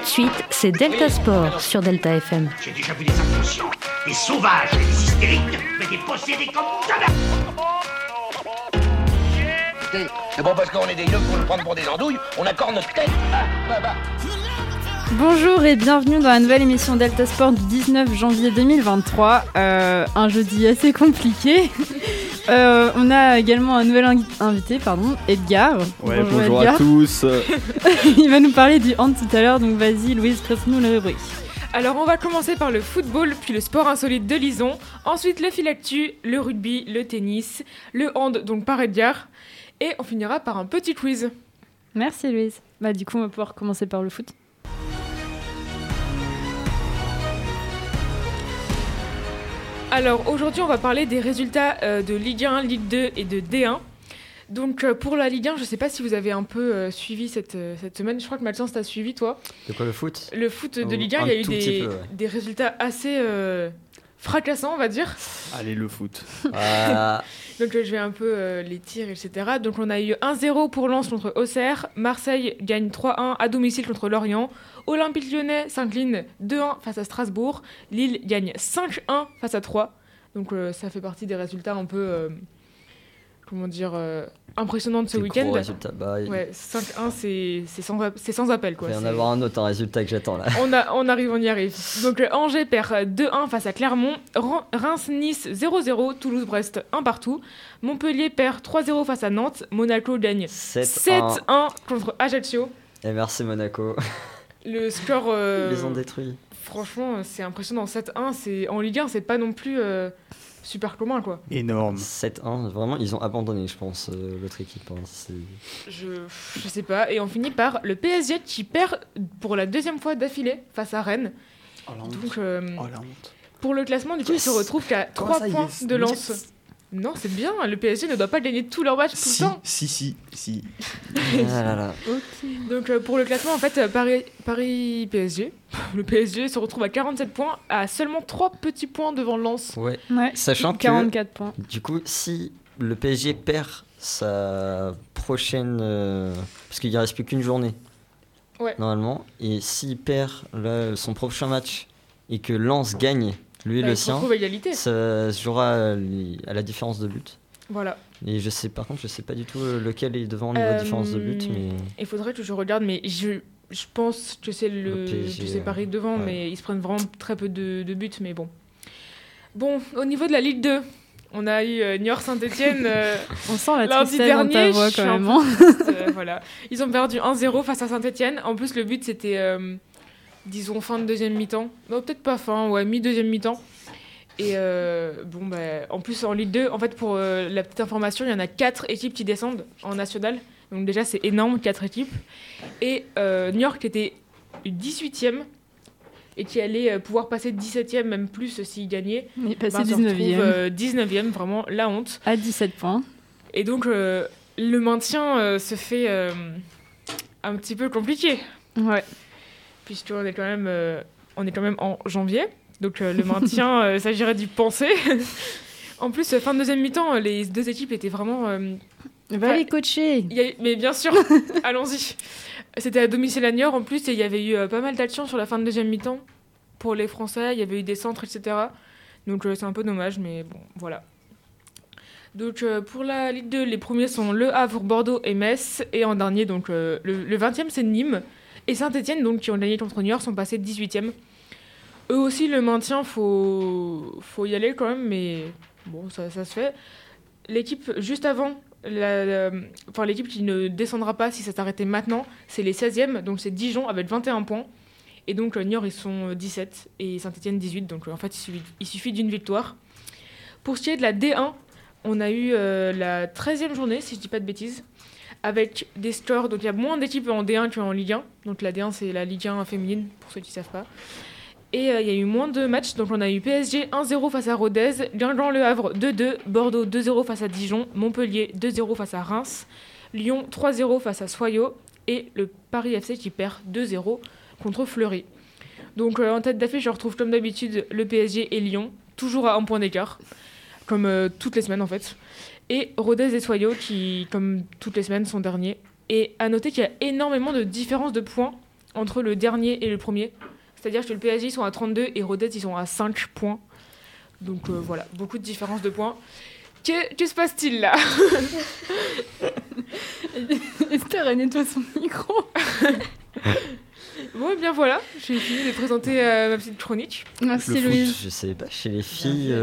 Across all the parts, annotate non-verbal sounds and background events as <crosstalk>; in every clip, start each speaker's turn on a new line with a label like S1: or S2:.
S1: de suite, c'est Delta Sport sur Delta FM.
S2: J'ai déjà vu des inconscients, des sauvages, et des hystériques, mais des possédés comme jamais.
S3: Écoutez, C'est bon parce qu'on est des yeux pour nous prendre pour des andouilles, on accorde notre tête. Ah, bah, bah.
S4: Bonjour et bienvenue dans la nouvelle émission Delta Sport du 19 janvier 2023. Euh, un jeudi assez compliqué. <laughs> Euh, on a également un nouvel invi- invité, pardon, Edgar.
S5: Ouais, bonjour, à tous.
S4: <laughs> Il va nous parler du hand tout à l'heure, donc vas-y Louise, presse-nous la rubrique.
S6: Alors on va commencer par le football, puis le sport insolite de Lison, ensuite le fil actu, le rugby, le tennis, le hand donc par Edgar, et on finira par un petit quiz.
S4: Merci Louise. Bah du coup, on va pouvoir commencer par le foot.
S6: Alors aujourd'hui on va parler des résultats euh, de Ligue 1, Ligue 2 et de D1. Donc euh, pour la Ligue 1, je sais pas si vous avez un peu euh, suivi cette, euh, cette semaine, je crois que Maxence t'as suivi toi.
S7: De quoi le foot
S6: Le foot de
S7: Oh,
S6: Ligue 1,
S7: un
S6: il y a eu
S7: tout petit
S6: des,
S7: peu, ouais.
S6: des résultats assez euh, fracassants on va dire.
S5: Allez, le foot.
S7: Ah,
S6: Donc euh, je vais un peu euh, les tirs, etc. Donc on a eu 1-0 pour Lens contre Auxerre, Marseille gagne 3-1 à domicile contre Lorient, Olympique lyonnais s'incline 2-1 face à Strasbourg, Lille gagne 5-1 face à 3. Donc euh, ça fait partie des résultats un peu, euh, comment dire, euh, impressionnants de ce
S7: quel
S6: week-end.
S7: gros résultat. Bah, il
S6: Ouais, 5-1 c'est c'est sans, c'est sans appel
S7: va
S6: quoi.
S7: y en
S6: C'est-
S7: avoir un autre, un résultat que j'attends là.
S6: on, a- on arrive, on y arrive. Donc euh, Angers perd euh, 2-1 face à Clermont, Ren- Reims-Nice 0-0, Toulouse-Brest 1 partout, Montpellier perd 3-0 face à Nantes, Monaco gagne
S7: 7-1.
S6: 7-1 contre Ajaccio.
S7: Et merci
S6: Euh.
S7: Monaco.
S6: Le score, euh,
S7: Ils les ont détruits.
S6: franchement, euh, c'est impressionnant. 7-1, c'est en Ligue 1, c'est pas non plus euh, super commun quoi.
S5: Énorme.
S7: 7-1. Vraiment, ils ont abandonné, je pense, euh, l'autre équipe. hein. C'est-
S6: Je, je sais pas. Et on finit par le PSG qui perd pour la deuxième fois d'affilée face à Rennes.
S5: Oh la
S6: Donc euh,
S5: la honte.
S6: pour le classement, du coup, ils se retrouvent qu'à 3
S5: ça,
S6: points
S5: yes
S6: de lance. Non, c'est bien, hein, le PSG ne doit pas gagner tous leurs matchs tout
S5: Si,
S6: le temps.
S5: si, si, si.
S7: Ah là là.
S6: Donc euh, pour le classement, en fait, euh, Paris, Paris PSG, <laughs> le PSG se retrouve à 47 points, à seulement 3 petits points devant Lens.
S7: Ouais.
S4: Ouais.
S7: Sachant que
S4: 44 points.
S7: Du coup, si le PSG perd sa prochaine. euh, parce qu'il ne reste plus qu'une journée.
S6: Ouais.
S7: Normalement. Et s'il perd là, son prochain match et que Lens gagne, lui et
S6: Euh,
S7: le
S6: ils se
S7: sien,
S6: retrouvent à égalité.
S7: ça se jouera à l- à la différence de but.
S6: Voilà.
S7: Et je sais, par contre, je sais pas du tout euh, lequel est devant au niveau
S6: Euh,
S7: différence de but, mais
S6: Il faudrait que je regarde, mais je, je pense que c'est le,
S7: Le PSG,
S6: que c'est Paris devant,
S7: euh, ouais.
S6: mais ils se prennent vraiment très peu de, de buts, mais bon. Bon, au niveau de la Ligue 2, on a eu euh, Niort Saint-Etienne.
S4: On sent la
S6: Lundi
S4: tristesse dans ta
S6: dernier,
S4: voix
S6: je
S4: quand
S6: suis un
S4: même.
S6: peu
S4: hein. <laughs>
S6: <laughs> Euh, voilà. Ils ont perdu 1-0 face à Saint-Etienne. En plus, le but, c'était, euh, disons, fin de deuxième mi-temps. Non, peut-être pas fin, ouais, mi-deuxième mi-temps. Et euh, bon, bah, en plus, en Ligue 2, en fait, pour euh, la petite information, il y en a 4 équipes qui descendent en national. Donc, déjà, c'est énorme, 4 équipes. Et euh, New York était 18e et qui allait euh, pouvoir passer 17e, même plus euh, s'il gagnait.
S4: On est passé
S6: Ben, se retrouve,
S4: 19e.
S6: euh, 19e, vraiment la honte.
S4: À 17 points.
S6: Et donc, euh, le maintien euh, se fait euh, un petit peu compliqué,
S4: Ouais.
S6: puisqu'on est, quand même, euh, on est quand même en janvier. Donc, euh, le maintien, euh, s'agirait d'y penser. <laughs> en plus, euh, fin de deuxième mi-temps, euh, les deux équipes étaient vraiment. euh,
S4: Va les coacher.
S6: il y a- Mais bien sûr, allons-y. C'était à domicile à Niort en plus, et il y avait eu euh, pas mal d'actions sur la fin de deuxième mi-temps pour les Français. Il y avait eu des centres, etc. Donc euh, c'est un peu dommage, mais bon, voilà. Donc euh, pour la Ligue 2, les premiers sont Le Havre, Bordeaux et Metz. Et en dernier, donc euh, le, le 20e, c'est Nîmes. Et Saint-Etienne, donc, qui ont gagné contre Niort, sont passés 18e. Eux aussi, le maintien, faut, faut y aller quand même, mais bon, ça, ça se fait. L'équipe juste avant, la- la- enfin, l'équipe qui ne descendra pas si ça s'arrêtait maintenant, c'est les 16e, donc c'est Dijon avec 21 points. Et donc euh, Niort, ils sont euh, 17 et Saint-Etienne 18, donc euh, en fait, il suffit, il suffit d'une victoire. Pour ce qui est de la D1, on a eu euh, la 13e journée, si je dis pas de bêtises, avec des scores, donc il y a moins d'équipes en D1 qu'en Ligue 1, donc la D1 c'est la Ligue 1 féminine, pour ceux qui savent pas. Et euh, il y a eu moins de matchs, donc on a eu PSG 1-0 face à Rodez, Guingamp-Le Havre 2-2, Bordeaux 2-0 face à Dijon, Montpellier 2-0 face à Reims, Lyon 3-0 face à Soyaux et le Paris FC qui perd 2-0 contre Fleury. Donc euh, en tête d'affiche, je retrouve comme d'habitude le PSG et Lyon, toujours à un point d'écart, comme euh, toutes les semaines en fait. Et Rodez et Soyaux qui, comme toutes les semaines, sont derniers. Et à noter qu'il y a énormément de différences de points
S8: entre le dernier et le premier. C'est-à-dire que le PSG ils sont à 32 et Rodez ils sont à 5 points. Donc euh, voilà, beaucoup de différence de points. Que, que se passe-t-il là
S4: <laughs> Esther a nettoyé son micro.
S8: Bon, et bien voilà, j'ai fini de présenter euh, ma petite chronique.
S4: Merci
S7: le
S4: Louise.
S7: foot, je sais pas, chez les filles,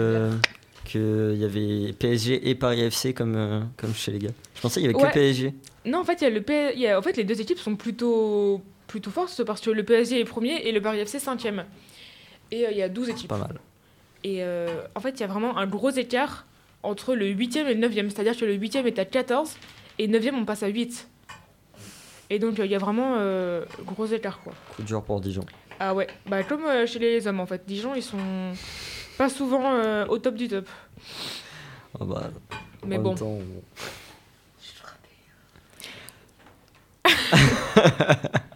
S7: qu'il y avait PSG et Paris FC comme, euh, comme chez les gars. Je pensais qu'il y avait
S8: Ouais.
S7: que PSG.
S8: Non, en fait, il y a le P- il y a- en fait, les deux équipes sont plutôt, plutôt fortes parce que le PSG est premier et le Paris FC cinquième. Et euh, il y a 12 équipes.
S7: Pas mal.
S8: Et euh, en fait, il y a vraiment un gros écart entre le 8e et le 9e. C'est-à-dire que le 8e est à 14 et le 9e, on passe à 8. Et donc, euh, il y a vraiment euh, gros écart, quoi.
S7: Coup dur pour Dijon.
S8: Ah ouais, bah, comme euh, chez les hommes, en fait. Dijon, ils sont pas souvent euh, au top du top.
S7: Ah bah,
S8: Mais
S7: en
S8: bon.
S7: même temps,
S4: <laughs>
S7: on-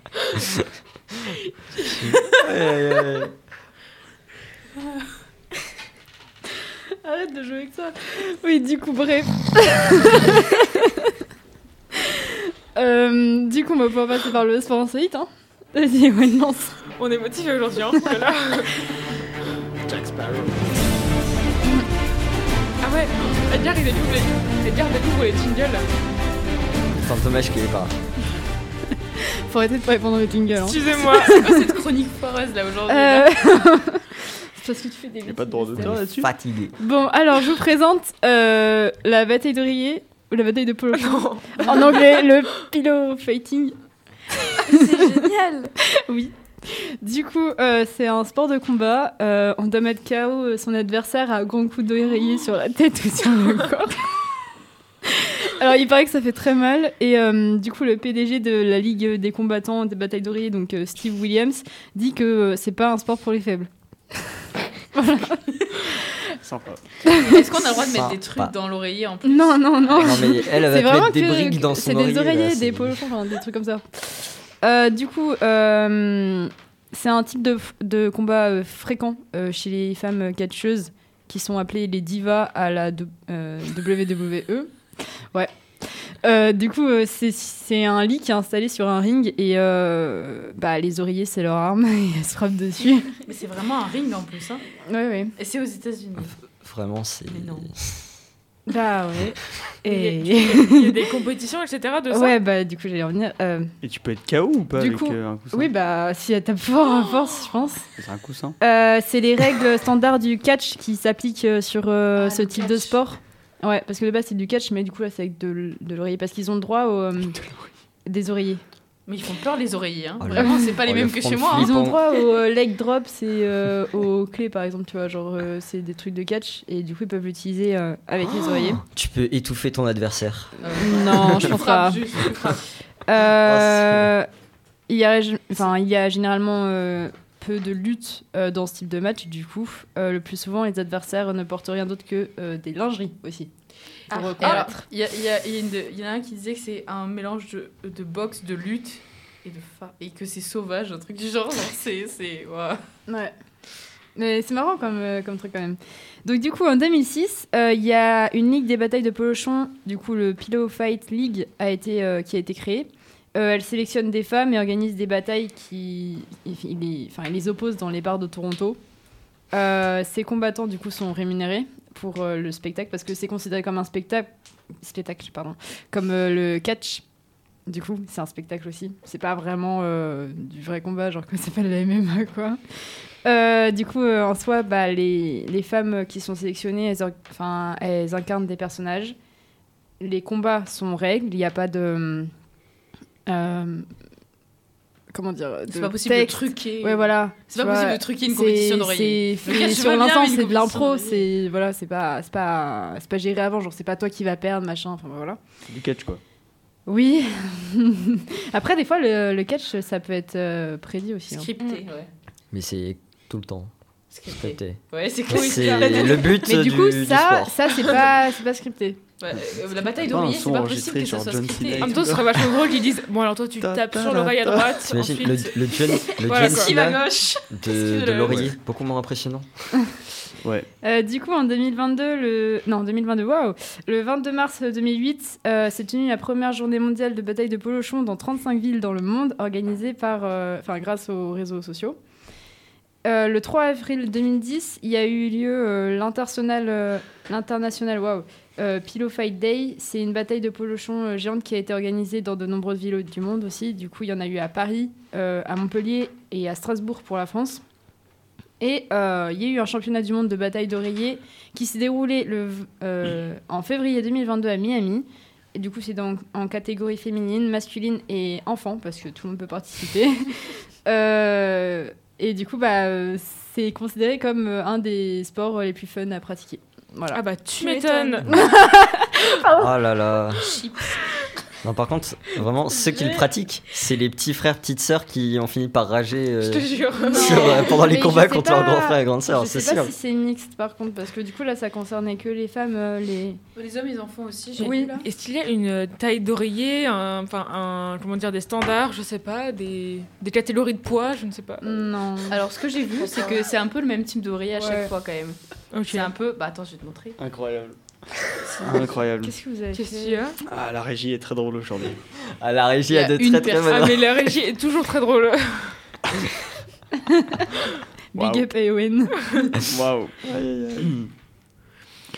S7: Aïe, aïe, aïe.
S4: Arrête de jouer avec ça. Oui, du coup, bref. <laughs> Euh, du coup, on va pouvoir passer par le sport insolite. Hein. Vas-y, ouais, lance.
S8: On est motivé aujourd'hui, hein, parce que là. Ah ouais, Edgar, il découvre les, Edgar découvre les jingles.
S7: Enfin, dommage qu'il est pas. là.
S4: Faut arrêter de pas répondre aux jingles. Hein.
S8: Excusez-moi.
S6: <laughs> Cette chronique foireuse là aujourd'hui.
S4: Euh, <laughs> C'est parce que tu fais des
S5: Il n'y a pas de droit de
S4: bêtises.
S5: temps là-dessus
S7: Fatigué.
S4: Bon, alors je vous présente euh, la bataille d'oreiller ou la bataille de
S6: <laughs>
S4: polo. En anglais, le pillow fighting.
S6: Ah, C'est
S4: <laughs>
S6: génial.
S4: Oui. Du coup, euh, c'est un sport de combat. Euh, on doit mettre KO euh, son adversaire à grands coups d'oreiller sur la tête ou sur
S6: <laughs>
S4: le corps. Alors, il paraît que ça fait très mal. Et euh, du coup, le PDG de la Ligue des combattants des batailles d'oreiller, donc euh, Steve Williams, dit que euh, c'est pas un sport pour les faibles.
S5: Sympa.
S6: Est-ce qu'on a le droit de mettre
S7: Sympa.
S6: des trucs dans l'oreiller en plus
S4: Non, non, non.
S7: Non, mais elle, elle va
S4: C'est
S7: te
S4: vraiment
S7: mettre
S4: que
S7: des briques dans son
S4: c'est des oreillers,
S7: là,
S4: des
S7: c'est-
S4: polos, enfin, des trucs comme ça. Euh, du coup, euh, c'est un type de, f- de combat euh, fréquent euh, chez les femmes euh, catcheuses qui sont appelées les divas à la do- euh, WWE. Ouais. Euh, du coup, euh, c'est- c'est un lit qui est installé sur un ring et euh, bah, les oreillers, c'est leur arme <laughs> et elles se frappent dessus.
S6: Mais c'est vraiment un ring en plus. Hein.
S4: Ouais, ouais.
S6: Et c'est aux États-Unis.
S7: Vraiment, c'est.
S6: Mais non.
S4: Bah ouais. Et...
S8: <laughs> Il y a des compétitions, etc. de ça.
S4: ouais, bah du coup, j'allais revenir. euh,
S5: Et tu peux être KO ou pas
S4: Du
S5: avec
S4: coup,
S5: euh, un coussin
S4: oui, bah si elle tape fort à force, je pense.
S5: C'est un coussin.
S4: Euh, c'est les règles standards du catch qui s'appliquent euh, sur euh,
S6: Ah,
S4: ce
S6: le
S4: type
S6: catch.
S4: de sport. Ouais, parce que de base c'est du catch, mais du coup là c'est avec de, l- de l'oreiller. Parce qu'ils ont le droit au, euh,
S6: <laughs>
S4: des oreillers.
S6: Mais ils font peur les oreillers. Hein.
S7: Oh, le-
S6: Vraiment, c'est pas les
S7: oh, le
S6: mêmes que
S7: front
S6: chez
S7: de
S6: moi. hein.
S7: Ah,
S4: Ils ont
S7: bon.
S4: le droit
S6: <laughs>
S4: au euh, leg drop, c'est euh, aux clés par exemple, tu vois. Genre euh, c'est des trucs de catch et du coup ils peuvent l'utiliser euh, avec
S6: Oh.
S4: les oreillers.
S7: Tu peux étouffer ton adversaire.
S6: hein. Euh,
S4: Non,
S6: <laughs>
S4: je
S6: tu
S4: pense pas.
S8: Ah.
S6: frappes juste, tu frappes.
S4: Euh, il, y a, g- enfin, il y a généralement euh, peu de lutte euh, dans ce type de match, du coup. Euh, le plus souvent, les adversaires ne portent rien d'autre que euh, des lingeries aussi.
S8: Ah.
S4: Pour euh,
S6: Et alors,
S4: combattre.
S6: Il y, a- il y a- il y a une de- il y en a un qui disait que c'est un mélange de, de boxe, de lutte et de fa- et que c'est sauvage, un truc du genre. genre, c'est c'est ouah.
S4: Ouais. Mais c'est marrant comme, euh, comme truc quand même. Donc du coup, en 2006, euh, il y a une ligue des batailles de polochon, du coup le Pillow Fight League a été, euh, qui a été créée. Euh, elle sélectionne des femmes et organise des batailles qui il les, enfin, il les oppose dans les bars de Toronto. Euh, ces combattants du coup sont rémunérés pour euh, le spectacle parce que c'est considéré comme un spectacle, spectacle pardon, comme euh, le catch. Du coup, c'est un spectacle aussi. C'est pas vraiment euh, du vrai combat, genre comme ça s'appelle la MMA quoi. Euh, du coup, euh, en soi, bah, les, les femmes qui sont sélectionnées, elles, or- enfin, elles incarnent des personnages. Les combats sont règles, il n'y a pas de. euh, comment dire de
S6: C'est pas possible
S4: texte.
S6: de truquer.
S4: Ouais, voilà.
S6: C'est pas
S4: Tu vois,
S6: possible de truquer une
S4: c'est-
S6: compétition d'oreiller.
S4: c'est
S6: Le
S4: fait
S6: catch, je
S4: sur
S6: vois bien,
S4: l'instant,
S6: mais une
S4: c'est de
S6: compétition
S4: l'impro,
S6: d'oreiller.
S4: c'est voilà, c'est pas c'est pas c'est pas géré avant, genre c'est pas toi qui vas perdre, machin, enfin voilà.
S5: Du catch quoi.
S4: Oui. <laughs> Après des fois le, le catch ça peut être euh, prédit aussi. hein.
S6: Scripté, ouais.
S7: Mais c'est tout le temps.
S6: Scripté.
S7: Peut-être.
S6: Ouais, c'est
S7: Mais
S6: clair.
S7: C'est le but
S4: Mais
S7: euh,
S4: du coup ça
S7: sport.
S4: ça c'est pas c'est pas scripté.
S9: Bah, euh, la bataille
S5: Pas un
S9: d'oreiller, c'est
S5: son
S9: pas possible
S5: enregistré
S9: que ça
S5: sur
S9: soit
S5: John
S9: scripté.
S5: Cena.
S6: En même temps, ce serait vachement drôle qu'ils disent Bon, alors toi, tu
S5: Ta-
S6: tapes
S5: ta-
S6: sur
S5: ta-
S6: l'oreille à
S5: ta-
S6: droite.
S7: T'imagines
S6: ensuite-
S7: le, le John,
S6: <laughs>
S7: le
S6: Voilà,
S7: John
S6: quoi.
S9: Si ma
S7: Cena
S9: gauche
S7: de, de l'oreiller, beaucoup moins impressionnant.
S5: Ouais.
S4: Euh, du coup, en 2022, le... Non, en 2022, waouh Le 22 mars 2008, euh, s'est tenue la première journée mondiale de bataille de polochon dans 35 villes dans le monde, organisée par, euh, enfin, grâce aux réseaux sociaux. Euh, le 3 avril 2010, il y a eu lieu euh, l'international, euh, l'international, waouh, euh, Pillow Fight Day. C'est une bataille de polochon euh, géante qui a été organisée dans de nombreuses villes du monde aussi. Du coup, il y en a eu à Paris, euh, à Montpellier et à Strasbourg pour la France. Et euh, il y a eu un championnat du monde de bataille d'oreiller qui s'est déroulé le, v- euh, en février 2022 à Miami. Et du coup, c'est donc en catégorie féminine, masculine et enfant, parce que tout le monde peut participer. <laughs> Euh, et du coup, bah, euh, c'est considéré comme euh, un des sports les plus fun à pratiquer. Voilà.
S6: Ah bah, tu
S9: Tu
S6: m'étonnes.
S7: Oh là là. Non, par contre, vraiment, ceux qui le pratiquent, c'est les petits frères, petites sœurs qui ont fini par rager euh,
S6: Je te jure.
S7: <laughs> sur, euh, pendant les
S4: Mais
S7: combats
S4: je sais
S7: contre
S4: pas-
S7: leurs grands frères et grandes
S4: Je
S7: sœurs, c'est
S4: sais pas
S7: sûr.
S4: si c'est mixte par contre, parce que du coup, là, ça concernait que les femmes, euh, les.
S9: Les hommes, ils en font aussi, j'ai
S4: Oui.
S9: vu là.
S6: Est-ce qu'il y a une euh, taille d'oreiller, un- enfin un, comment dire, des standards, je sais pas, des, des catégories de poids, je ne sais pas.
S4: Non.
S9: Alors, ce que j'ai vu, c'est que c'est un peu le même type d'oreiller à
S4: Ouais.
S9: chaque fois, quand même.
S6: Ok.
S9: C'est un peu. Bah, attends, je vais te montrer.
S5: Incroyable. Incroyable.
S4: Qu'est-ce que vous avez
S6: Qu'est-ce
S4: fait
S6: qu'il y a
S5: Ah, la régie est très drôle aujourd'hui. <laughs>
S7: À la
S9: Il
S7: régie,
S9: y
S7: à
S9: a
S7: de
S9: une
S7: très très
S9: personne.
S6: Ah
S7: bonnes.
S6: mais la régie est toujours très drôle.
S4: Big
S5: Waouh.
S4: up Ewen.
S5: Waouh.
S4: <laughs>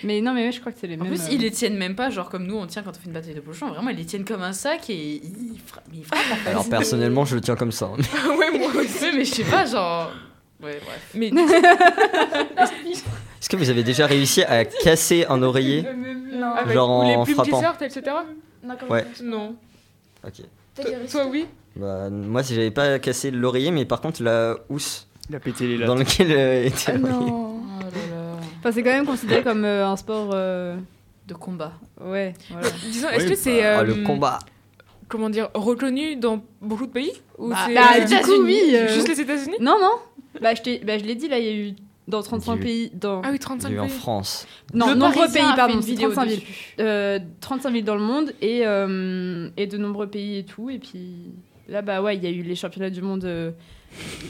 S4: Mais non, mais ouais, je crois que c'est les
S9: En
S4: mêmes.
S9: plus,
S4: euh,
S9: ils les tiennent même pas, genre comme nous on tient quand on fait une bataille de pochons. Vraiment, ils les tiennent comme un sac et ils frappent. mais Ils
S6: <laughs>
S9: frappent en fait.
S7: Alors, personnellement, je le tiens comme ça.
S9: ouais, moi aussi, mais je sais pas, genre. Ouais, bref.
S6: Mais
S7: Est-ce que vous avez déjà réussi à casser un oreiller
S6: Ah, bah,
S7: Genre
S6: ou les
S7: en
S6: plumes qui
S7: frappant.
S6: sortent, etc.
S7: Ouais.
S6: Non.
S7: Ok.
S6: Toi, toi, oui.
S7: Bah, moi, si j'avais pas cassé l'oreiller, mais par contre, la housse
S5: Il a pété les
S7: dans
S5: lattes.
S7: laquelle euh, était
S4: Ah
S7: l'oreiller.
S4: non.
S9: Oh là là.
S4: Enfin, c'est quand même considéré comme euh, un sport. euh,
S9: De combat.
S4: Ouais, voilà.
S6: Disons, est-ce
S5: Oui,
S6: que c'est
S7: Ah,
S6: euh,
S7: le combat.
S6: comment dire reconnu dans beaucoup de pays ou
S9: Bah,
S6: c'est
S9: bah,
S6: euh,
S9: du coup,
S4: oui, euh.
S6: juste les États-Unis
S4: Non, non Bah, je, t'ai- bah, je l'ai dit, là, il y a eu dans 35
S7: Du-
S4: pays. Dans...
S6: Ah oui,
S7: J'ai
S6: 35
S7: eu en
S6: pays.
S7: France.
S4: Non,
S9: Le
S4: nombreux
S9: Parisien a
S4: pays,
S9: fait
S4: pardon,
S9: une
S4: c'est
S9: vidéo
S4: 35 villes.
S9: dessus.
S4: Euh, 35 villes dans le monde et, euh, et de nombreux pays et tout. Et puis là, bah ouais, il y a eu les championnats du monde euh,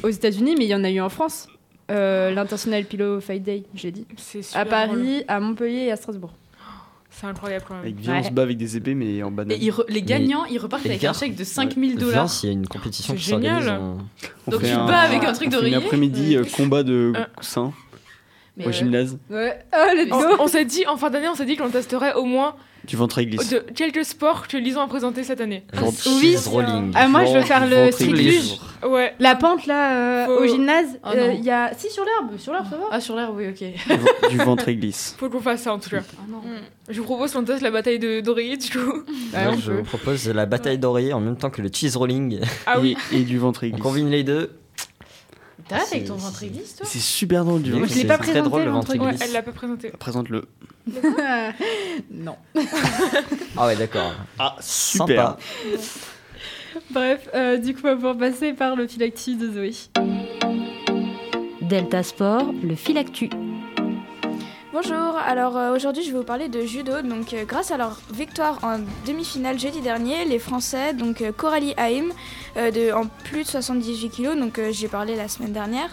S4: aux États-Unis, mais il y en a eu en France. Euh, L'International Pillow Fight Day, j'ai dit.
S6: C'est super
S4: À
S6: drôle.
S4: Paris, à Montpellier et à Strasbourg.
S6: C'est incroyable quand même.
S5: Avec bien, on se bat avec des épées, mais en
S9: Et
S5: banane.
S9: ils re- les gagnants, ils repartent
S7: Et
S9: avec
S7: gars,
S9: un chèque de 5000
S7: euh, Viens,
S9: dollars.
S7: s'il y a une compétition
S6: C'est
S7: qui s'organise.
S6: génial.
S7: en-
S5: On
S9: Donc
S5: fait
S9: tu te
S5: un-
S9: bats avec un
S5: on
S9: truc
S5: fait une
S9: d'oreiller
S5: après-midi euh, combat de
S6: Ah.
S5: coussins
S9: Mais
S5: au
S9: ouais.
S5: gymnase,
S4: Ouais, oh, let's
S6: On,
S4: go
S6: on s'est dit en fin d'année, on s'est dit qu'on testerait au moins
S5: du ventre à glisse.
S6: de quelques sports que Lison a présentés cette année.
S7: Genre
S4: oui.
S7: cheese rolling.
S4: Ah, moi, je veux faire le
S5: Ventre et
S7: Tous
S4: street
S7: les
S5: glisse.
S4: luge.
S7: jours.
S6: Ouais.
S4: La pente, là, euh,
S6: Faut-
S4: au gymnase,
S9: Oh,
S4: euh, il
S9: non.
S4: y a... Si, sur l'herbe, sur l'herbe, ça va
S9: Ah, sur l'air, oui, ok.
S5: Du ven- Du ventre et glisse.
S6: Faut qu'on fasse ça en tout cas.
S9: Ah non.
S6: Je vous propose qu'on teste la bataille de- d'oreiller du coup. <laughs>
S4: Ouais,
S7: Moi,
S4: on
S7: je
S4: peut.
S7: vous propose la bataille d'oreiller en même temps que le cheese rolling.
S6: Ah oui.
S5: Et et du ventre et
S7: On
S5: glisse.
S7: combine les deux.
S9: T'arrêtes
S7: C'est-
S9: avec ton ventre glisse, toi
S5: C'est super drôle du
S7: Et
S5: ventre
S4: je
S5: et
S4: l'ai
S7: c'est
S5: glisse.
S4: pas
S7: très
S4: présenté,
S7: drôle le
S4: le
S7: ventre
S4: truc.
S6: Ouais,
S7: glisse.
S6: elle l'a pas présenté.
S5: Présente-le.
S4: <laughs> non.
S7: Ah ouais, d'accord.
S5: Ah,
S7: Sympa.
S4: Bref, euh, du coup, on va pouvoir passer par le fil actu de Zoé.
S1: Delta Sport, le fil actu.
S8: Bonjour, alors euh, aujourd'hui je vais vous parler de judo. Donc euh, grâce à leur victoire en demi-finale jeudi dernier, les Français, donc euh, Coralie Haim euh, de, en plus de 78 kg, donc euh, j'ai parlé la semaine dernière,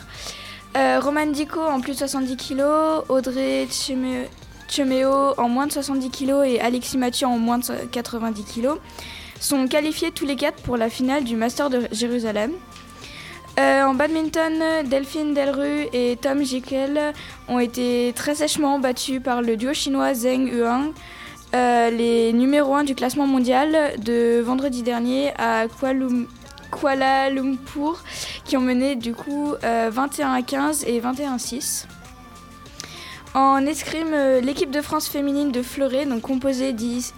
S8: euh, Roman Dico en plus de 70 kg, Audrey Cheme- Chemeo en moins de 70 kg et Alexis Mathieu en moins de so- 90 kg, sont qualifiés tous les quatre pour la finale du Master de Jérusalem. Euh, en badminton, Delphine Delru et Tom Jekyll ont été très sèchement battus par le duo chinois Zheng Yuang, euh, les numéros 1 du classement mondial de vendredi dernier à Kuala Lum- Kuala Lumpur, qui ont mené du coup euh, 21 à 15 et 21 à 6. En escrime, euh, l'équipe de France féminine de Fleuret, donc composée d'Is-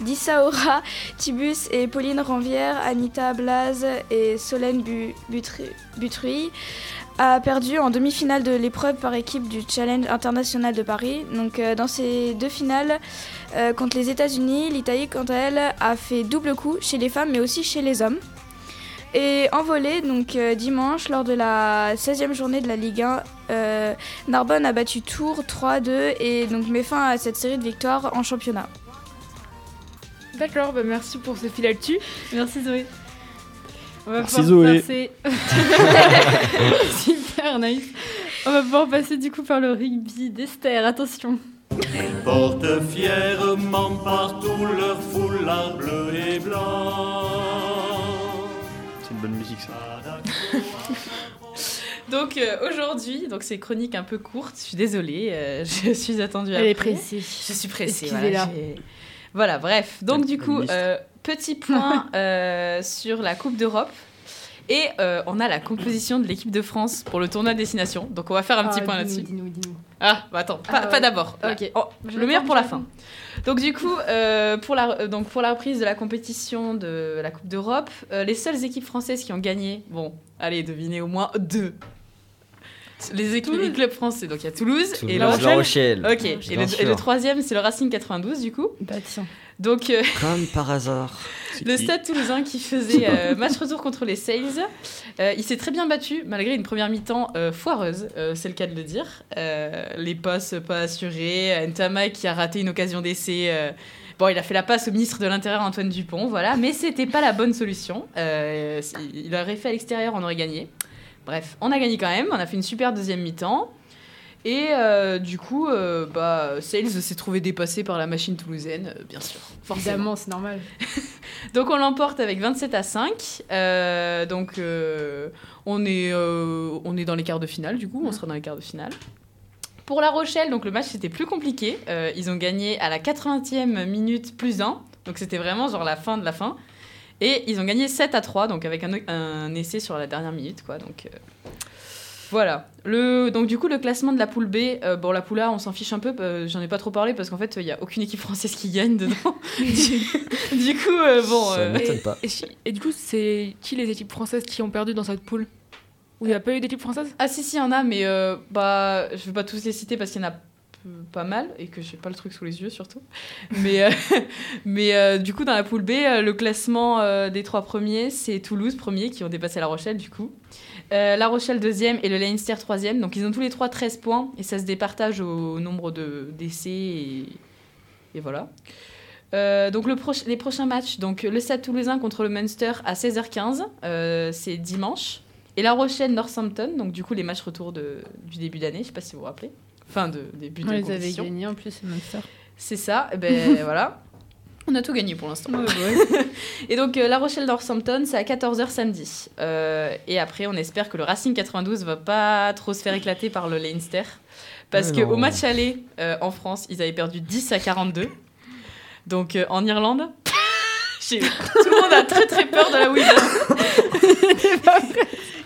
S8: d'Issaora Tibus et Pauline Ranvière, Anita Blaze et Solène Bu- Butru- Butruy, a perdu en demi-finale de l'épreuve par équipe du Challenge international de Paris. Donc euh, dans ces deux finales euh, contre les États-Unis, l'Italie quant à elle a fait double coup chez les femmes mais aussi chez les hommes.
S10: Et en volée, donc euh, dimanche, lors de la 16e journée de la Ligue 1, euh, Narbonne a battu Tours 3-2 et donc met fin à cette série de victoires en championnat.
S8: D'accord, bah merci pour ce fil actu.
S4: Merci Zoé. On va
S5: Merci
S4: pouvoir
S5: Zoé.
S4: passer- <laughs> Super nice. On va pouvoir passer du coup par le rugby d'Esther. Attention.
S2: portent fièrement partout leur foulard bleu et blanc.
S5: C'est une bonne musique ça.
S6: Donc euh, aujourd'hui, donc c'est chronique un peu courte. Je suis désolée, euh, <laughs> je suis attendue. après. Je suis pressée. Voilà,
S4: Excusez-la.
S6: j'ai- voilà, bref. Donc du coup, euh,
S4: <laughs>
S6: petit point euh, sur la Coupe d'Europe. Et euh, on a la composition de l'équipe de France pour le tournoi destination. Donc on va faire un petit point là-dessus. Ah, bah attends, pas,
S4: Ah ouais.
S6: pas d'abord.
S4: Ok.
S6: Oh,
S4: Je
S6: le meilleur
S4: l'attends,
S6: pour la
S4: je
S6: fin. Donc du coup, euh, pour la, euh, donc pour la reprise de la compétition de la Coupe d'Europe, euh, les seules équipes françaises qui ont gagné, bon, allez, devinez au moins deux. Les, équipes, les clubs français, donc il y a Toulouse, et La
S7: Toulouse, La
S6: Rochelle.
S7: Rochelle.
S6: Ok,
S7: Bien
S6: et le,
S7: sûr.
S6: et le troisième, c'est le Racing 92 du coup.
S4: Bah tiens.
S6: Donc euh,
S7: Comme par hasard.
S5: C'est
S6: le
S5: qui
S6: Stade Toulousain qui faisait euh, match retour contre les Sales, euh, il s'est très bien battu malgré une première mi-temps euh, foireuse, euh, c'est le cas de le dire. Euh, les passes pas assurées, Ntama qui a raté une occasion d'essai. euh, Bon, il a fait la passe au ministre de l'Intérieur Antoine Dupont, voilà, mais c'était pas la bonne solution. Euh, c'est- il aurait fait à l'extérieur, on aurait gagné. Bref, on a gagné quand même, on a fait une super deuxième mi-temps. Et euh, du coup, euh, bah, Sales s'est trouvé dépassé par la machine toulousaine, euh, bien sûr. Forcément.
S4: Évidemment, c'est normal.
S6: Donc on l'emporte avec 27 à 5. Euh, donc euh, on, est, euh, on est dans les quarts de finale, du coup, on sera dans les quarts de finale. Pour La Rochelle, donc le match c'était plus compliqué. Euh, ils ont gagné à la 80e minute plus 1. Donc c'était vraiment genre la fin de la fin. Et ils ont gagné 7 à 3, donc avec un, un essai sur la dernière minute, quoi. Donc euh, voilà. Le, donc du coup, le classement de la poule B, euh, bon, la poule A, on s'en fiche un peu, euh, j'en ai pas trop parlé parce qu'en fait, il n'y a aucune équipe française qui gagne dedans. du, du coup, euh, bon.
S7: Ça
S6: euh,
S7: m'étonne pas.
S8: Et, si- et du coup, c'est qui les équipes françaises qui ont perdu dans cette poule Où il n'y a pas eu d'équipe française
S6: Ah si si, il y en a, mais euh, bah, je vais pas tous les citer parce qu'il y en a p- pas mal et que j'ai pas le truc sous les yeux surtout. Mais, euh, <laughs> mais euh, du coup, dans la poule B, euh, le classement euh, des trois premiers, c'est Toulouse premier qui ont dépassé La Rochelle du coup. Euh, la Rochelle deuxième et le Leinster troisième. Donc ils ont tous les trois 13 points et ça se départage au nombre de d'essais et, et voilà. Euh, donc le proche- les prochains matchs, donc le Stade Toulousain contre le Munster à 16h15, euh, c'est dimanche. Et La Rochelle Northampton, donc du coup les matchs retour de- du début d'année, je sais pas si vous vous rappelez. Fin de début
S4: On
S6: de
S4: les avait
S6: compétition.
S4: gagnés en plus, c'est Monster.
S6: C'est ça, eh ben voilà. On a tout gagné pour l'instant. Et donc euh, La Rochelle Northampton, c'est à 14h samedi. Euh, et après, on espère que le Racing 92 va pas trop se faire éclater par le Leinster. Parce
S7: Mais
S6: qu'au
S7: non.
S6: match aller euh, en France, ils avaient perdu 10 à 42. Donc euh, en Irlande, <laughs> j'ai- tout le monde a très très peur de là où ils vont.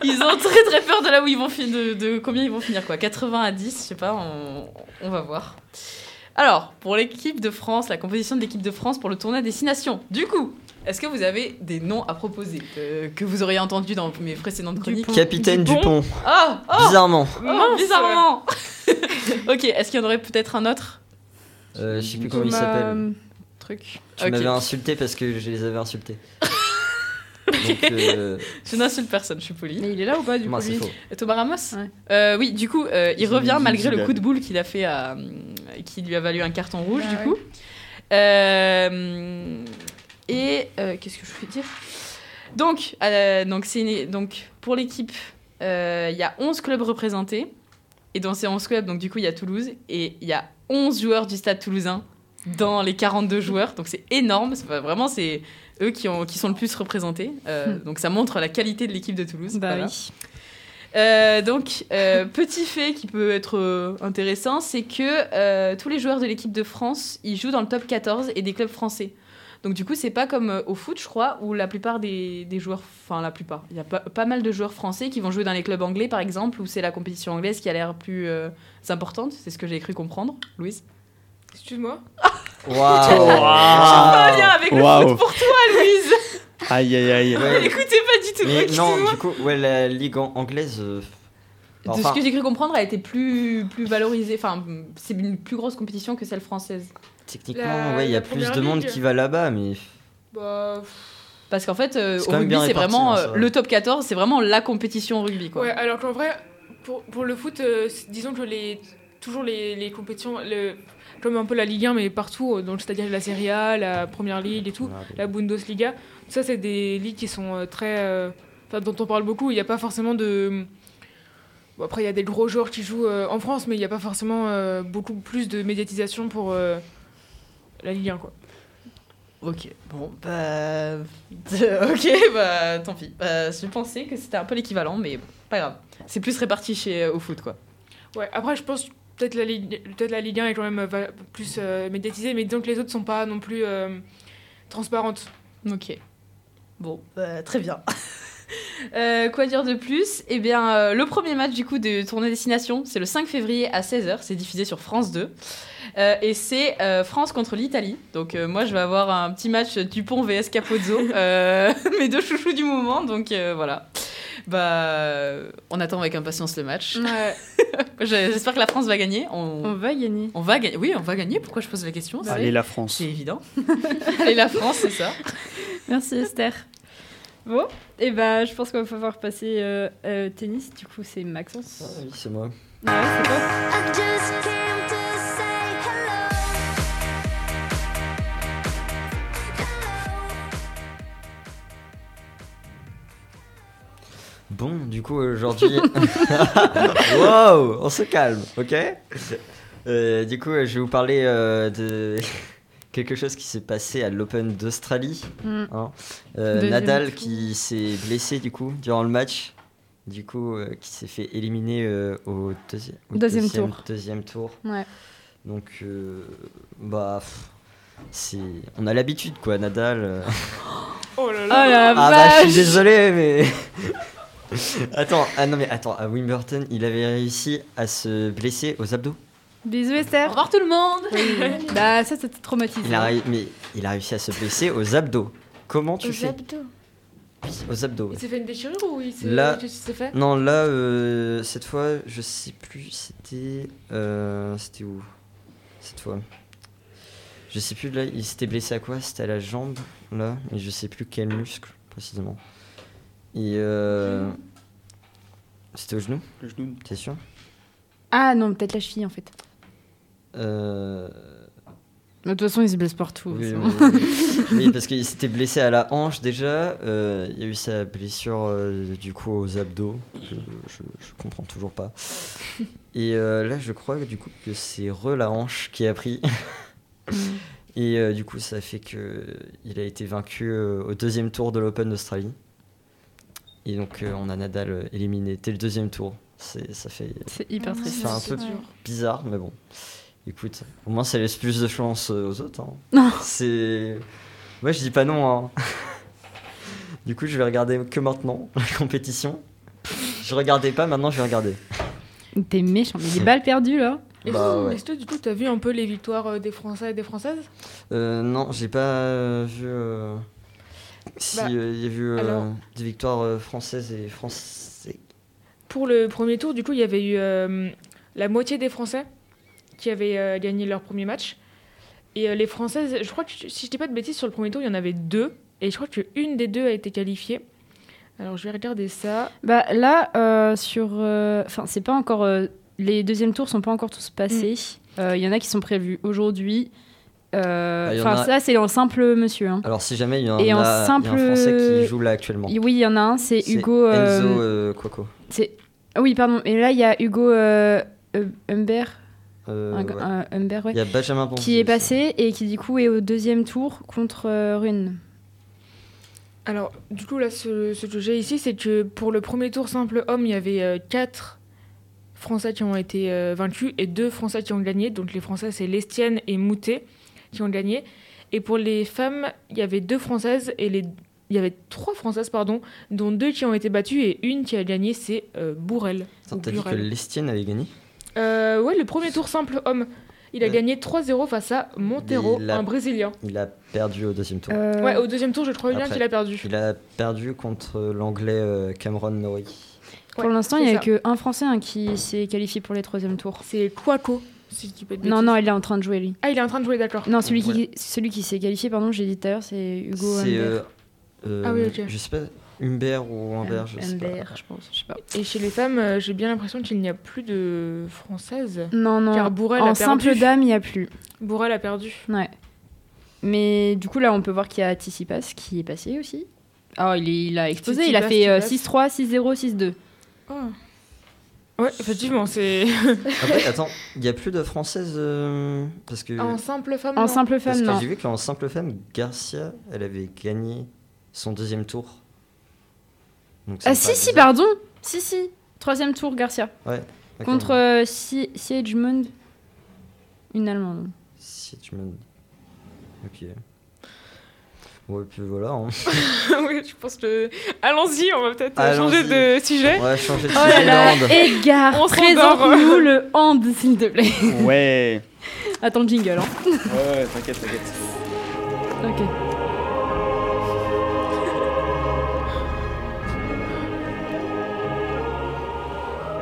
S6: ils ont très très peur de là où ils vont finir, de, de combien ils vont finir quoi. 80 à 10, je sais pas, on, on va voir. Alors, pour l'équipe de France, la composition de l'équipe de France pour le tournoi Destination. Du coup, est-ce que vous avez des noms à proposer euh, que vous auriez entendus dans mes précédentes chroniques
S7: Capitaine Dupont,
S6: Oh, oh,
S7: bizarrement.
S6: oh,
S8: Mince.
S6: bizarrement <laughs> Ok, est-ce qu'il y en aurait peut-être un autre
S7: Euh, je sais plus comment il s'appelle.
S4: Euh, Truc.
S7: Tu
S6: Ok.
S7: m'avais insulté parce que je les avais insultés. Donc, euh,
S6: Je n'insulte personne, je suis polie.
S4: Mais il est là ou pas du
S7: mince,
S4: coup
S7: c'est
S4: lui
S7: faux.
S6: Thomas Ramos
S4: Ouais.
S6: Euh, Oui, du coup, euh, il
S5: Ils ont
S6: revient
S5: mis
S6: malgré le
S5: Zidane.
S6: coup de boule qu'il a fait à- euh, qui lui a valu un carton rouge,
S4: Bah
S6: du
S4: ouais.
S6: coup. Euh, et euh, qu'est-ce que je voulais dire Donc, euh, donc, c'est une- donc, pour l'équipe, euh, il y a 11 clubs représentés. Et dans ces 11 clubs, donc du coup, il y a Toulouse. Et il y a 11 joueurs du stade toulousain dans les 42 joueurs. Donc c'est énorme. C'est pas- Vraiment, c'est eux qui, ont, qui sont le plus représentés. Euh, Donc ça montre la qualité de l'équipe de Toulouse.
S4: Hmm. Bah
S6: Voilà.
S4: oui.
S6: Euh, donc, euh, <laughs> petit fait qui peut être euh, intéressant, c'est que euh, tous les joueurs de l'équipe de France, ils jouent dans le top 14 et des clubs français. Donc du coup, c'est pas comme euh, au foot, je crois, où la plupart des, des joueurs, enfin la plupart, il y a pas, pas mal de joueurs français qui vont jouer dans les clubs anglais, par exemple, où c'est la compétition anglaise qui a l'air plus euh, importante. C'est ce que j'ai cru comprendre, Louise.
S8: Excuse-moi.
S6: Pas
S7: Waouh.
S6: un lien avec le
S5: Waouh.
S6: foot pour toi, Louise.
S5: Aïe aïe aïe.
S7: Ouais.
S6: Écoutez pas du tout.
S7: Mais non,
S6: excuse-moi.
S7: du coup, ouais, la ligue an- anglaise. euh,
S6: De
S7: enfin,
S6: ce que j'ai cru comprendre, elle était plus plus valorisée. Enfin, c'est une plus grosse compétition que celle française.
S7: techniquement,
S8: La-
S7: ouais, il y a
S8: la
S7: plus
S8: première
S7: de monde
S8: ligue.
S7: qui va là-bas, mais
S8: Bah. pff,
S6: Parce qu'en fait, euh,
S7: C'est
S6: au
S7: quand même
S6: rugby,
S7: bien
S6: c'est
S7: réparti,
S6: vraiment
S7: hein,
S6: euh,
S7: ça va.
S6: le top 14, c'est vraiment la compétition au rugby. Quoi.
S8: Ouais, alors qu'en vrai, pour, pour le foot, euh, c'est- disons que les, toujours les, les compétitions, le, comme un peu la Ligue 1, mais partout, euh, donc c'est-à-dire la Serie A, la Première Ligue et tout, la Bundesliga, tout ça, c'est des ligues qui sont euh, très. euh, Enfin, dont on parle beaucoup, il n'y a pas forcément de. Bon, après, il y a des gros joueurs qui jouent euh, en France, mais il n'y a pas forcément euh, beaucoup plus de médiatisation pour euh, la Ligue 1, quoi.
S6: Ok, bon, bah. <laughs> ok, bah, tant pis. Bah, je pensais que c'était un peu l'équivalent, mais pas grave. C'est plus réparti chez, euh, au foot, quoi.
S8: Ouais, après, je pense que peut-être la, Ligue- peut-être la Ligue 1 est quand même euh, va- plus euh, médiatisée, mais disons que les autres sont pas non plus euh, transparentes.
S6: Ok. Bon, bah, très bien. <laughs> Euh, quoi dire de plus Eh bien, euh, le premier match du coup de tournée destination, c'est le 5 février à 16h. C'est diffusé sur France 2. Euh, et c'est euh, France contre l'Italie. Donc, euh, moi, je vais avoir un petit match Dupont vs Capozzo. Euh, <laughs> mes deux chouchous du moment. Donc, euh, voilà. Bah, on attend avec impatience le match.
S4: Ouais.
S6: J'ai- J'espère que la France va gagner. On,
S4: <laughs> On va gagner.
S6: on va gagner. Oui, on va gagner. Pourquoi je pose la question C'est-
S5: Allez, la France.
S6: C'est évident. <laughs> Allez, la France, c'est ça.
S4: Merci Esther. Bon, et bah je pense qu'on va pouvoir passer euh, euh, tennis. Du coup, c'est Maxence.
S7: Ah oui, c'est moi.
S4: Ouais, c'est toi.
S7: Bon, du coup, aujourd'hui. <laughs> wow, on se calme, ok Euh, Du coup, euh, je vais vous parler euh, de <laughs> quelque chose qui s'est passé à l'Open d'Australie.
S4: Mm.
S7: hein. Euh,
S4: Deuxième
S7: Nadal
S4: tour.
S7: qui s'est blessé, du coup, durant le match. Du coup, euh, qui s'est fait éliminer euh, au, deuxi- au
S4: Deuxième tour.
S7: Deuxième tour.
S4: Ouais.
S7: Donc, euh, bah. pff, c'est- On a l'habitude, quoi, Nadal. euh.
S8: Oh là
S4: Oh
S8: là
S4: la
S7: Ah bah, je suis
S4: vache.
S7: désolé, mais. <laughs> attends, ah non, mais attends, à Wimbledon, il avait réussi à se blesser aux abdos.
S4: Bisous
S6: Au
S4: Esther.
S6: revoir tout le monde
S8: <laughs>
S4: bah ça, c'était traumatisant.
S7: Il a, ré- mais il a réussi à se blesser aux abdos. Comment tu
S10: Aux
S7: fais
S10: abdos.
S7: Aux abdos. ouais.
S8: Il s'est fait une déchirure ou il s'est
S7: Là-
S8: qu'est-ce qui s'est fait
S7: Non, là, euh, cette fois, je sais plus, c'était. euh, c'était où Cette fois. Je sais plus, là, il s'était blessé à quoi C'était à la jambe, là, et je sais plus quel muscle, précisément. Et. euh, C'était au genou,
S5: Le genou.
S7: t'es sûr
S4: Ah non, peut-être la cheville en fait.
S7: Euh,
S4: De toute façon, ils se blessent partout.
S7: oui,
S4: c'est bon.
S7: oui, oui. Oui, parce qu'il s'était blessé à la hanche déjà. euh, il y a eu sa blessure euh, du coup aux abdos. Je, je, je comprends toujours pas. Et euh, là, je crois que, du coup que c'est re la hanche qui a pris. Et euh, du coup, ça fait que il a été vaincu euh, au deuxième tour de l'Open d'Australie. Et donc, euh, on a Nadal euh, éliminé dès le deuxième tour. C'est- Ça fait
S4: Ah, C'est hyper
S10: Ouais.
S4: triste.
S7: c'est un peu
S10: dur.
S7: bizarre, mais bon. Écoute, au moins ça laisse plus de chance euh, aux autres.
S4: Non.
S7: Hein. C'est. Moi je dis pas non. hein. <laughs> du coup, je vais regarder que maintenant <laughs> la compétition. Je regardais pas, maintenant je vais regarder.
S4: T'es méchant, mais des balles perdues là.
S8: Et
S7: Bah,
S8: vous,
S7: ouais.
S8: Est-ce que du coup, t'as vu un peu les victoires euh, des Français et des Françaises
S7: Euh, non, j'ai pas euh, vu. euh, Si
S8: Bah,
S7: euh, il y a eu euh,
S8: alors-
S7: des victoires euh, françaises et français.
S8: Pour le premier tour, du coup, il y avait eu euh, la moitié des Français qui avaient euh, gagné leur premier match. Et euh, les Françaises, je crois que si je dis pas de bêtises, sur le premier tour, il y en avait deux. Et je crois qu'une des deux a été qualifiée. Alors, je vais regarder ça.
S4: Bah là, euh, sur. euh, Enfin, c'est pas encore. euh, les deuxièmes tours sont pas encore tous passés.
S8: Mm.
S4: Euh, Il y en a qui sont prévus aujourd'hui. Euh,
S7: Ah, il y en
S4: Enfin,
S7: a- Ah,
S4: ça, c'est en simple monsieur. hein.
S7: Alors si jamais il y en a,
S4: Et en
S7: il y a
S4: simple,
S7: un français
S4: euh,
S7: qui joue là actuellement.
S4: Oui, il y en a un, c'est
S7: C'est
S4: Hugo. euh,
S7: Enzo euh, Cuoco.
S4: c'est- Ah oui, pardon. Et là, il y a Hugo euh, Hum- Humbert.
S7: Euh,
S4: un-
S7: ouais.
S4: un- Humbert, ouais.
S7: Il y a Benjamin Bonzi
S4: Qui est
S7: aussi.
S4: passé et qui, du coup, est au deuxième tour contre euh, Rune.
S8: Alors, du coup, là, ce, ce que j'ai ici, c'est que pour le premier tour simple homme, il y avait euh, quatre Français qui ont été euh, vaincus et deux Français qui ont gagné. Donc, les Français, c'est Lestienne et Moutet qui ont gagné. Et pour les femmes, il y avait deux Françaises et les... il y avait trois Françaises, pardon, dont deux qui ont été battues et une qui a gagné, c'est euh, Bourrel.
S7: Attends,
S8: ou
S7: T'as dit que
S8: Burel.
S7: Lestienne avait gagné
S8: Euh, ouais, le premier tour simple homme. Il a
S7: Euh.
S8: gagné 3-0 face à Montero,
S7: Mais il a-
S8: un Brésilien.
S7: Il a perdu au deuxième tour.
S4: Euh,
S8: Ouais, au deuxième tour, je crois bien
S7: Après.
S8: qu'il a perdu.
S7: Il a perdu contre l'anglais euh, Cameron Norrie.
S4: pour
S8: Ouais,
S4: l'instant, il n'y
S8: c'est
S4: a
S8: ça.
S4: qu'un Français hein, qui s'est qualifié pour les troisième tours.
S8: C'est Quaco, si je dis pas de
S4: Non,
S8: bêtises.
S4: non, il est en train de jouer, lui.
S8: Ah, il est en train de jouer, d'accord.
S4: Non, celui qui, celui qui s'est qualifié, pardon, j'ai dit tout à l'heure, c'est Hugo.
S7: C'est
S4: Humbert.
S7: euh, Euh,
S8: Ah oui, ok.
S7: Je sais pas, Humbert ou Humbert, je sais pas.
S4: MBR, je pense, je sais pas.
S8: Et chez les femmes, euh, j'ai bien l'impression qu'il n'y a plus de françaises.
S4: Non, non.
S8: Car Bourrel
S4: en
S8: a perdu.
S4: simple dame, il n'y a plus.
S8: Bourrel a perdu.
S4: Ouais. Mais du coup, là, on peut voir qu'il y a Tissipas qui est passé aussi. Ah, il, est- il a explosé. Il a
S8: Tsitsipas,
S4: fait euh,
S8: Tsitsipas.
S4: 6-3, 6-0, 6-2. Oh.
S8: Ouais,
S5: <laughs>
S8: effectivement, c'est.
S7: Après, attends, il n'y a plus de françaises euh, parce que,
S8: En simple femme.
S4: En
S8: non. <laughs>
S4: simple
S7: parce
S4: femme,
S7: que
S4: non.
S7: j'ai vu qu'en simple femme, Garcia, elle avait gagné son deuxième tour. Donc,
S4: Ah,
S7: ça me
S4: si,
S7: paraît
S4: si,
S7: bizarre.
S4: pardon. Si, si. Troisième tour, Garcia.
S7: Ok.
S4: Contre euh, Sie- Siegemund. Une Allemande.
S7: Si tu me. Ok. Ouais, puis voilà. Hein.
S8: oui, je pense que. Allons-y, on va peut-être euh,
S7: Allons-y.
S8: changer de sujet.
S7: On va changer de
S4: Oh là
S7: sujet,
S4: là,
S7: Land.
S4: Edgar,
S8: On s'endort.
S4: présente-nous le hand, s'il te plaît.
S5: Ouais.
S4: Attends le jingle, hein.
S5: Ouais, ouais, t'inquiète, t'inquiète.
S4: Ok.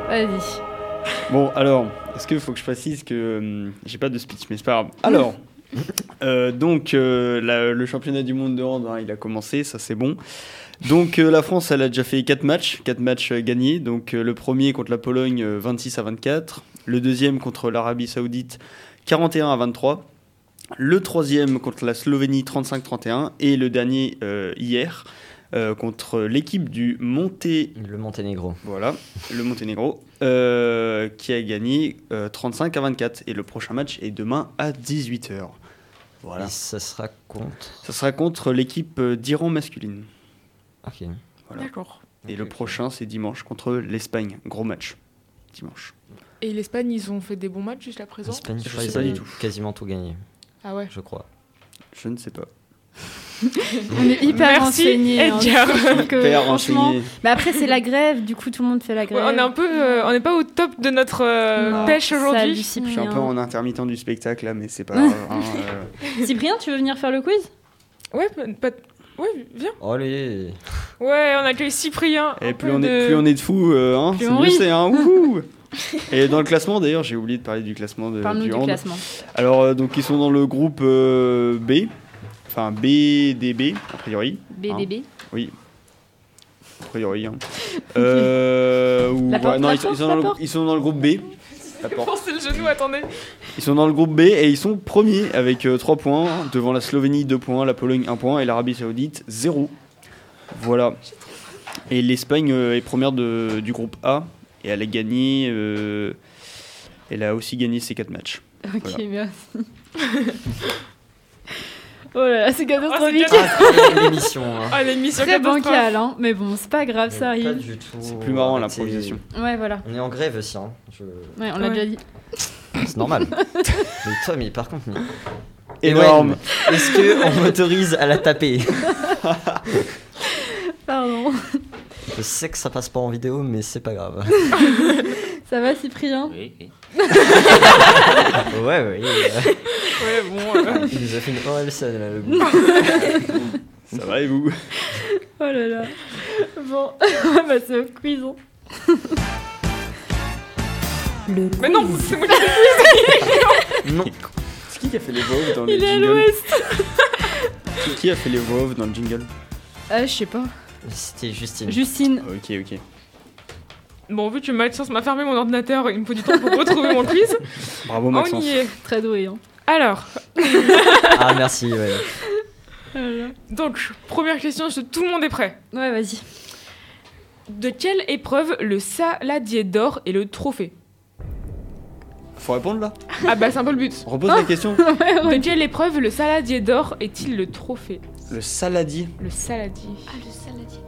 S4: Vas-y.
S5: Bon, alors, est-ce qu'il faut que je précise que euh, j'ai pas de speech, mais c'est pas grave. Alors, euh, donc, euh, la- le championnat du monde de hand, hein, il a commencé, ça c'est bon. Donc, euh, la France, elle a déjà fait 4 matchs, 4 matchs euh, gagnés. Donc, euh, le premier contre la Pologne, euh, 26 à 24. Le deuxième contre l'Arabie Saoudite, 41 à 23. Le troisième contre la Slovénie, 35-31. Et le dernier, euh, hier, euh, contre l'équipe du Monté
S7: Le Monténégro.
S5: voilà, le Monténégro, euh, qui a gagné euh, 35 à 24. Et le prochain match est demain à 18h. Voilà.
S7: Et ça sera contre.
S5: Ça sera contre l'équipe euh, d'Iran masculine.
S7: Ok.
S5: Voilà.
S8: D'accord.
S5: Et le prochain, c'est dimanche contre l'Espagne. Gros match. Dimanche.
S8: Et l'Espagne, ils ont fait des bons matchs jusqu'à présent
S7: L'Espagne, je
S5: Je
S7: crois,
S5: sais
S7: ils
S5: pas du
S7: avaient
S5: tout.
S7: quasiment tout gagné,
S8: Ah ouais.
S7: je crois.
S5: Je ne sais pas.
S4: On est hyper
S8: Merci,
S4: renseigné, hein. <laughs>
S8: Edgar.
S4: Je trouve <laughs> que,
S5: Hyper
S4: franchement-
S5: renseigné.
S4: Mais après, c'est la grève, du coup, tout le monde fait la
S8: Ouais,
S4: grève.
S8: on est un peu, euh, on n'est pas au top de notre euh,
S4: Non,
S8: pêche
S4: ça
S8: aujourd'hui.
S4: hallucine.
S5: Je suis un peu en intermittent du spectacle là, mais c'est
S4: <laughs>
S5: pas. grave, hein, euh.
S4: Cyprien, tu veux venir faire le quiz
S8: Ouais, pas- pas- ouais, viens.
S7: Allez
S8: Ouais, on accueille Cyprien. un
S5: Et plus
S8: peu
S5: on, est,
S8: de-
S5: plus on est de fous, euh, hein,
S4: Plus
S5: c'est
S4: on
S5: mieux
S4: rit.
S5: c'est.
S4: <laughs>
S5: Hein, wouhou. Et dans le classement d'ailleurs, j'ai oublié de parler du classement de,
S4: Parle-nous
S5: Euh, du
S4: du
S5: hand.
S4: classement.
S5: Alors, euh, donc, ils sont dans le groupe euh, B, enfin BDB, a priori.
S4: BDB.
S5: Oui. A priori.
S4: <laughs>
S5: hein. Euh, ou-
S4: La porte,
S5: ouais, non,
S4: la
S5: ils, sont- ils
S4: porte,
S5: sont
S4: la
S5: dans le,
S4: porte.
S5: ils sont dans le groupe B.
S8: <laughs>
S5: La porte.
S8: Pensez le genou, attendez.
S5: Ils sont dans le groupe B et ils sont premiers avec 3 points, devant la Slovénie 2 points, la Pologne 1 point et l'Arabie Saoudite 0. Voilà. Et l'Espagne euh, est première de- du groupe A et elle a gagné. euh, elle a aussi gagné ses 4 matchs.
S4: Ok,
S5: Hein. Voilà.
S8: <laughs>
S4: merci. oh là là, c'est catastrophique.
S8: catastrophique.
S7: L'émission, hein.
S8: Ah, l'émission
S4: Très
S8: catastrophe.
S4: bancal, hein. Mais bon, c'est pas
S8: Ah,
S4: grave, ça
S7: Pas
S4: arrive.
S7: du tout.
S5: C'est plus marrant
S7: Arrêtez.
S5: l'improvisation.
S4: Ouais, voilà.
S7: On est en grève aussi, hein. Je-
S4: Ouais, on l'a
S8: Ouais.
S4: déjà dit.
S7: C'est normal. <laughs> mais toi, mais par contre. mais-
S5: Énorme.
S7: Ewen, Est-ce qu'on m'autorise à la taper
S4: Pardon.
S7: Je sais que ça passe pas en vidéo, mais c'est pas grave.
S4: Ça va, Cyprien
S11: Oui, oui.
S7: Ouais, ouais.
S8: Ouais, bon. euh,
S7: Il nous a fait une orale scène, là, le bout.
S5: Ça va et vous
S4: Oh là <laughs> là. Bon, <laughs> bah c'est au quiz. hein.
S1: Le
S8: Mais non, c'est moi qui-
S5: Non. C'est qui qui a fait les voix off dans le
S4: Il est à
S5: jingle
S4: l'ouest.
S5: <laughs> Qui- Qui a fait les voix off dans le jingle
S4: Ah, je sais pas.
S7: C'était Justine.
S4: Justine.
S5: Ah, Ok, ok.
S8: Bon, vu que Maxence m'a fermé mon ordinateur, il me faut du temps pour retrouver mon quiz.
S5: Bravo <laughs>
S8: On
S5: Maxence.
S8: y est.
S4: Très douée, hein.
S8: Alors,
S7: Ah, merci, ouais.
S4: Oh là là.
S8: donc, première question, je- tout le monde est prêt.
S4: Ouais, vas-y.
S8: De quelle épreuve le saladier d'or est le trophée
S5: Faut répondre là
S8: Ah bah c'est un peu
S4: <laughs>
S8: le but.
S5: On repose la question.
S8: De quelle épreuve le saladier d'or est-il le trophée
S5: Le saladier.
S8: Ah, Le saladier.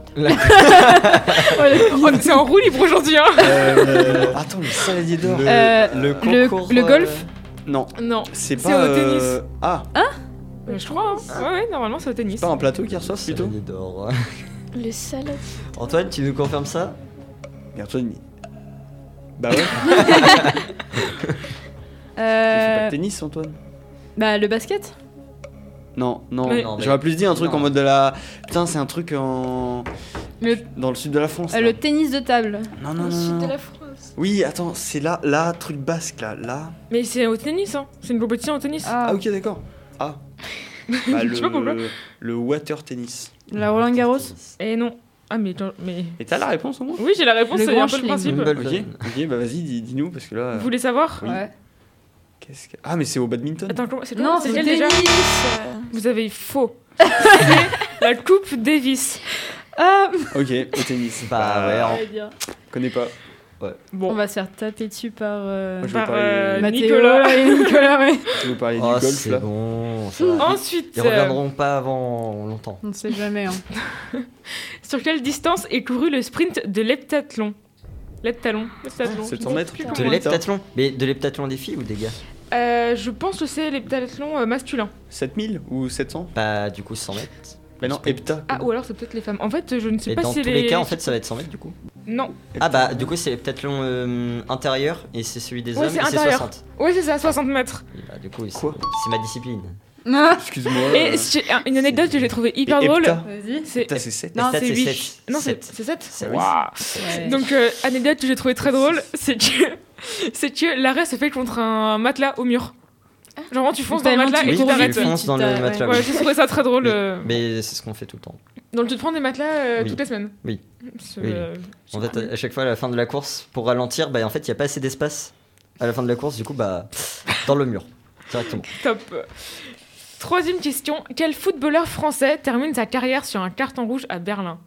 S4: <laughs>
S8: <laughs>
S4: Oh,
S8: Oh, c'est en roue libre
S4: <laughs>
S8: aujourd'hui, hein
S5: Euh, Attends, le saladier d'or.
S7: Le-
S4: Euh,
S5: le
S4: le- le golf
S5: Non,
S8: Non.
S5: c'est
S8: C'est
S5: pas.
S8: au tennis.
S5: euh, Ah,
S8: Mais je crois, hein. Ouais, ouais, normalement c'est au tennis.
S5: c'est pas un plateau qui reçoit
S7: C'est
S5: plutôt
S7: l'année d'or.
S10: Le salade.
S7: Antoine, tu nous confirmes ça
S5: Mais Antoine, il- Bah ouais, il fait pas
S4: Euh,
S5: de tennis, Antoine.
S4: bah, le basket
S5: Non, non,
S8: Mais-
S7: Non, mais-
S5: j'aurais plus dit un truc
S7: Non.
S5: en mode de la. Putain, c'est un truc en.
S4: Le-
S5: Dans le sud de la France.
S4: Euh,
S5: là.
S4: Le tennis de table
S5: Non, non, non.
S4: Ah.
S5: non.
S10: France.
S5: Oui, attends, c'est là, là, truc basque là, là.
S4: Ah,
S8: Mais c'est au tennis, hein. C'est une compétition au tennis.
S5: <laughs> Ah, ok, d'accord. Bah,
S8: Je sais pas pourquoi.
S5: le, le water tennis.
S4: La Roland Garros
S8: Et non. Ah, mais. attends, mais...
S5: Et t'as la réponse au moins
S8: Oui, j'ai la réponse,
S4: Le
S8: c'est
S4: grand
S8: un peu le
S4: chelem.
S8: principe.
S7: Wimbledon.
S5: Ok, ok, bah vas-y, dis- dis-nous parce que
S7: Euh.
S5: là.
S8: Vous voulez savoir
S5: Oui.
S4: Ouais.
S5: qu'est-ce que- Ah, mais c'est au badminton.
S8: Attends, comment- c'est
S4: Non,
S8: quoi- c'est
S4: c'est
S8: quel
S10: Tennis,
S8: déjà
S10: euh,
S8: Vous avez faux. <laughs> c'est la Coupe Davis.
S4: Ah,
S5: Ok, au tennis.
S7: Bah ouais,
S5: Oh.
S7: en-
S5: Connais pas.
S4: on
S8: Bon,
S4: va se faire taper dessus par euh,
S5: Moi, je veux
S8: par
S5: parler-
S8: euh,
S4: Mathéo
S8: Nicolas.
S4: et Nicolas, ouais.
S5: Tu veux parler
S7: oh,
S5: du golf
S7: c'est
S5: là
S7: bon. ça va.
S8: Ensuite,
S7: Ils
S8: euh,
S7: reviendront pas avant longtemps.
S4: On ne sait jamais. Hein.
S8: euh, sur quelle distance est couru le sprint de l'heptathlon L'heptalon L'heptathlon
S5: C'est
S8: je
S5: le
S8: sais
S5: 100 mètres
S8: plus
S7: De
S8: comment on dit.
S7: l'heptathlon Mais de l'heptathlon des filles ou des gars
S8: Euh, Je pense que c'est l'heptathlon euh, masculin.
S5: 7000 ou 700
S7: Bah, du coup, 100 mètres.
S5: Mais non, hepta.
S8: Ah, ou alors c'est peut-être les femmes. En fait, je ne sais
S7: Et
S8: pas
S7: dans
S8: si
S7: tous
S8: c'est
S7: les cas, en fait, ça va être 100 mètres du coup.
S8: Non.
S7: Ah bah, du coup, c'est l'heptathlon euh, intérieur et c'est celui des
S8: Ouais,
S7: hommes
S8: c'est
S7: et c'est
S8: intérieur.
S7: 60.
S8: Ouais, c'est ça, 60 mètres.
S7: Et bah, du coup, c'est
S5: Quoi
S7: c'est ma discipline.
S4: hein.
S5: Excuse-moi.
S7: Euh,
S8: Et j'ai un- une anecdote que j'ai trouvée hyper
S5: Et
S8: drôle.
S5: hepta
S4: <laughs> Vas-y.
S8: C'est.
S5: Hepta, c'est 7.
S8: Non,
S7: Sept,
S8: c'est
S7: c'est
S8: 8.
S7: sept.
S8: Non, c'est
S7: Sept.
S8: 7.
S7: C'est
S8: Donc, euh, anecdote que j'ai trouvée très drôle, c'est que, <laughs> c'est que l'arrêt se fait contre un matelas au mur.
S7: Ah.
S8: Genre, vraiment, tu fonces dans le
S4: Tellement
S8: matelas
S4: tu
S8: et
S7: Oui,
S8: tu
S4: cours
S7: tu
S8: t'arrêtes.
S4: vite.
S7: fonces dans le
S4: Ouais.
S7: matelas.
S8: euh, Ouais,
S7: oui.
S8: j'ai trouvé ça très drôle. euh.
S7: Mais c'est ce qu'on fait tout le temps.
S8: Donc, tu te prends des matelas euh,
S7: Oui.
S8: toutes les semaines.
S7: Oui.
S8: C'est,
S7: Oui.
S8: euh,
S7: En fait, à chaque fois, à la fin de la course, pour ralentir, bah, en fait, il n'y a pas assez d'espace. À la fin de la course, du coup, bah, dans le mur. Directement.
S8: Top. Troisième question. Quel footballeur français termine sa carrière sur un carton rouge à Berlin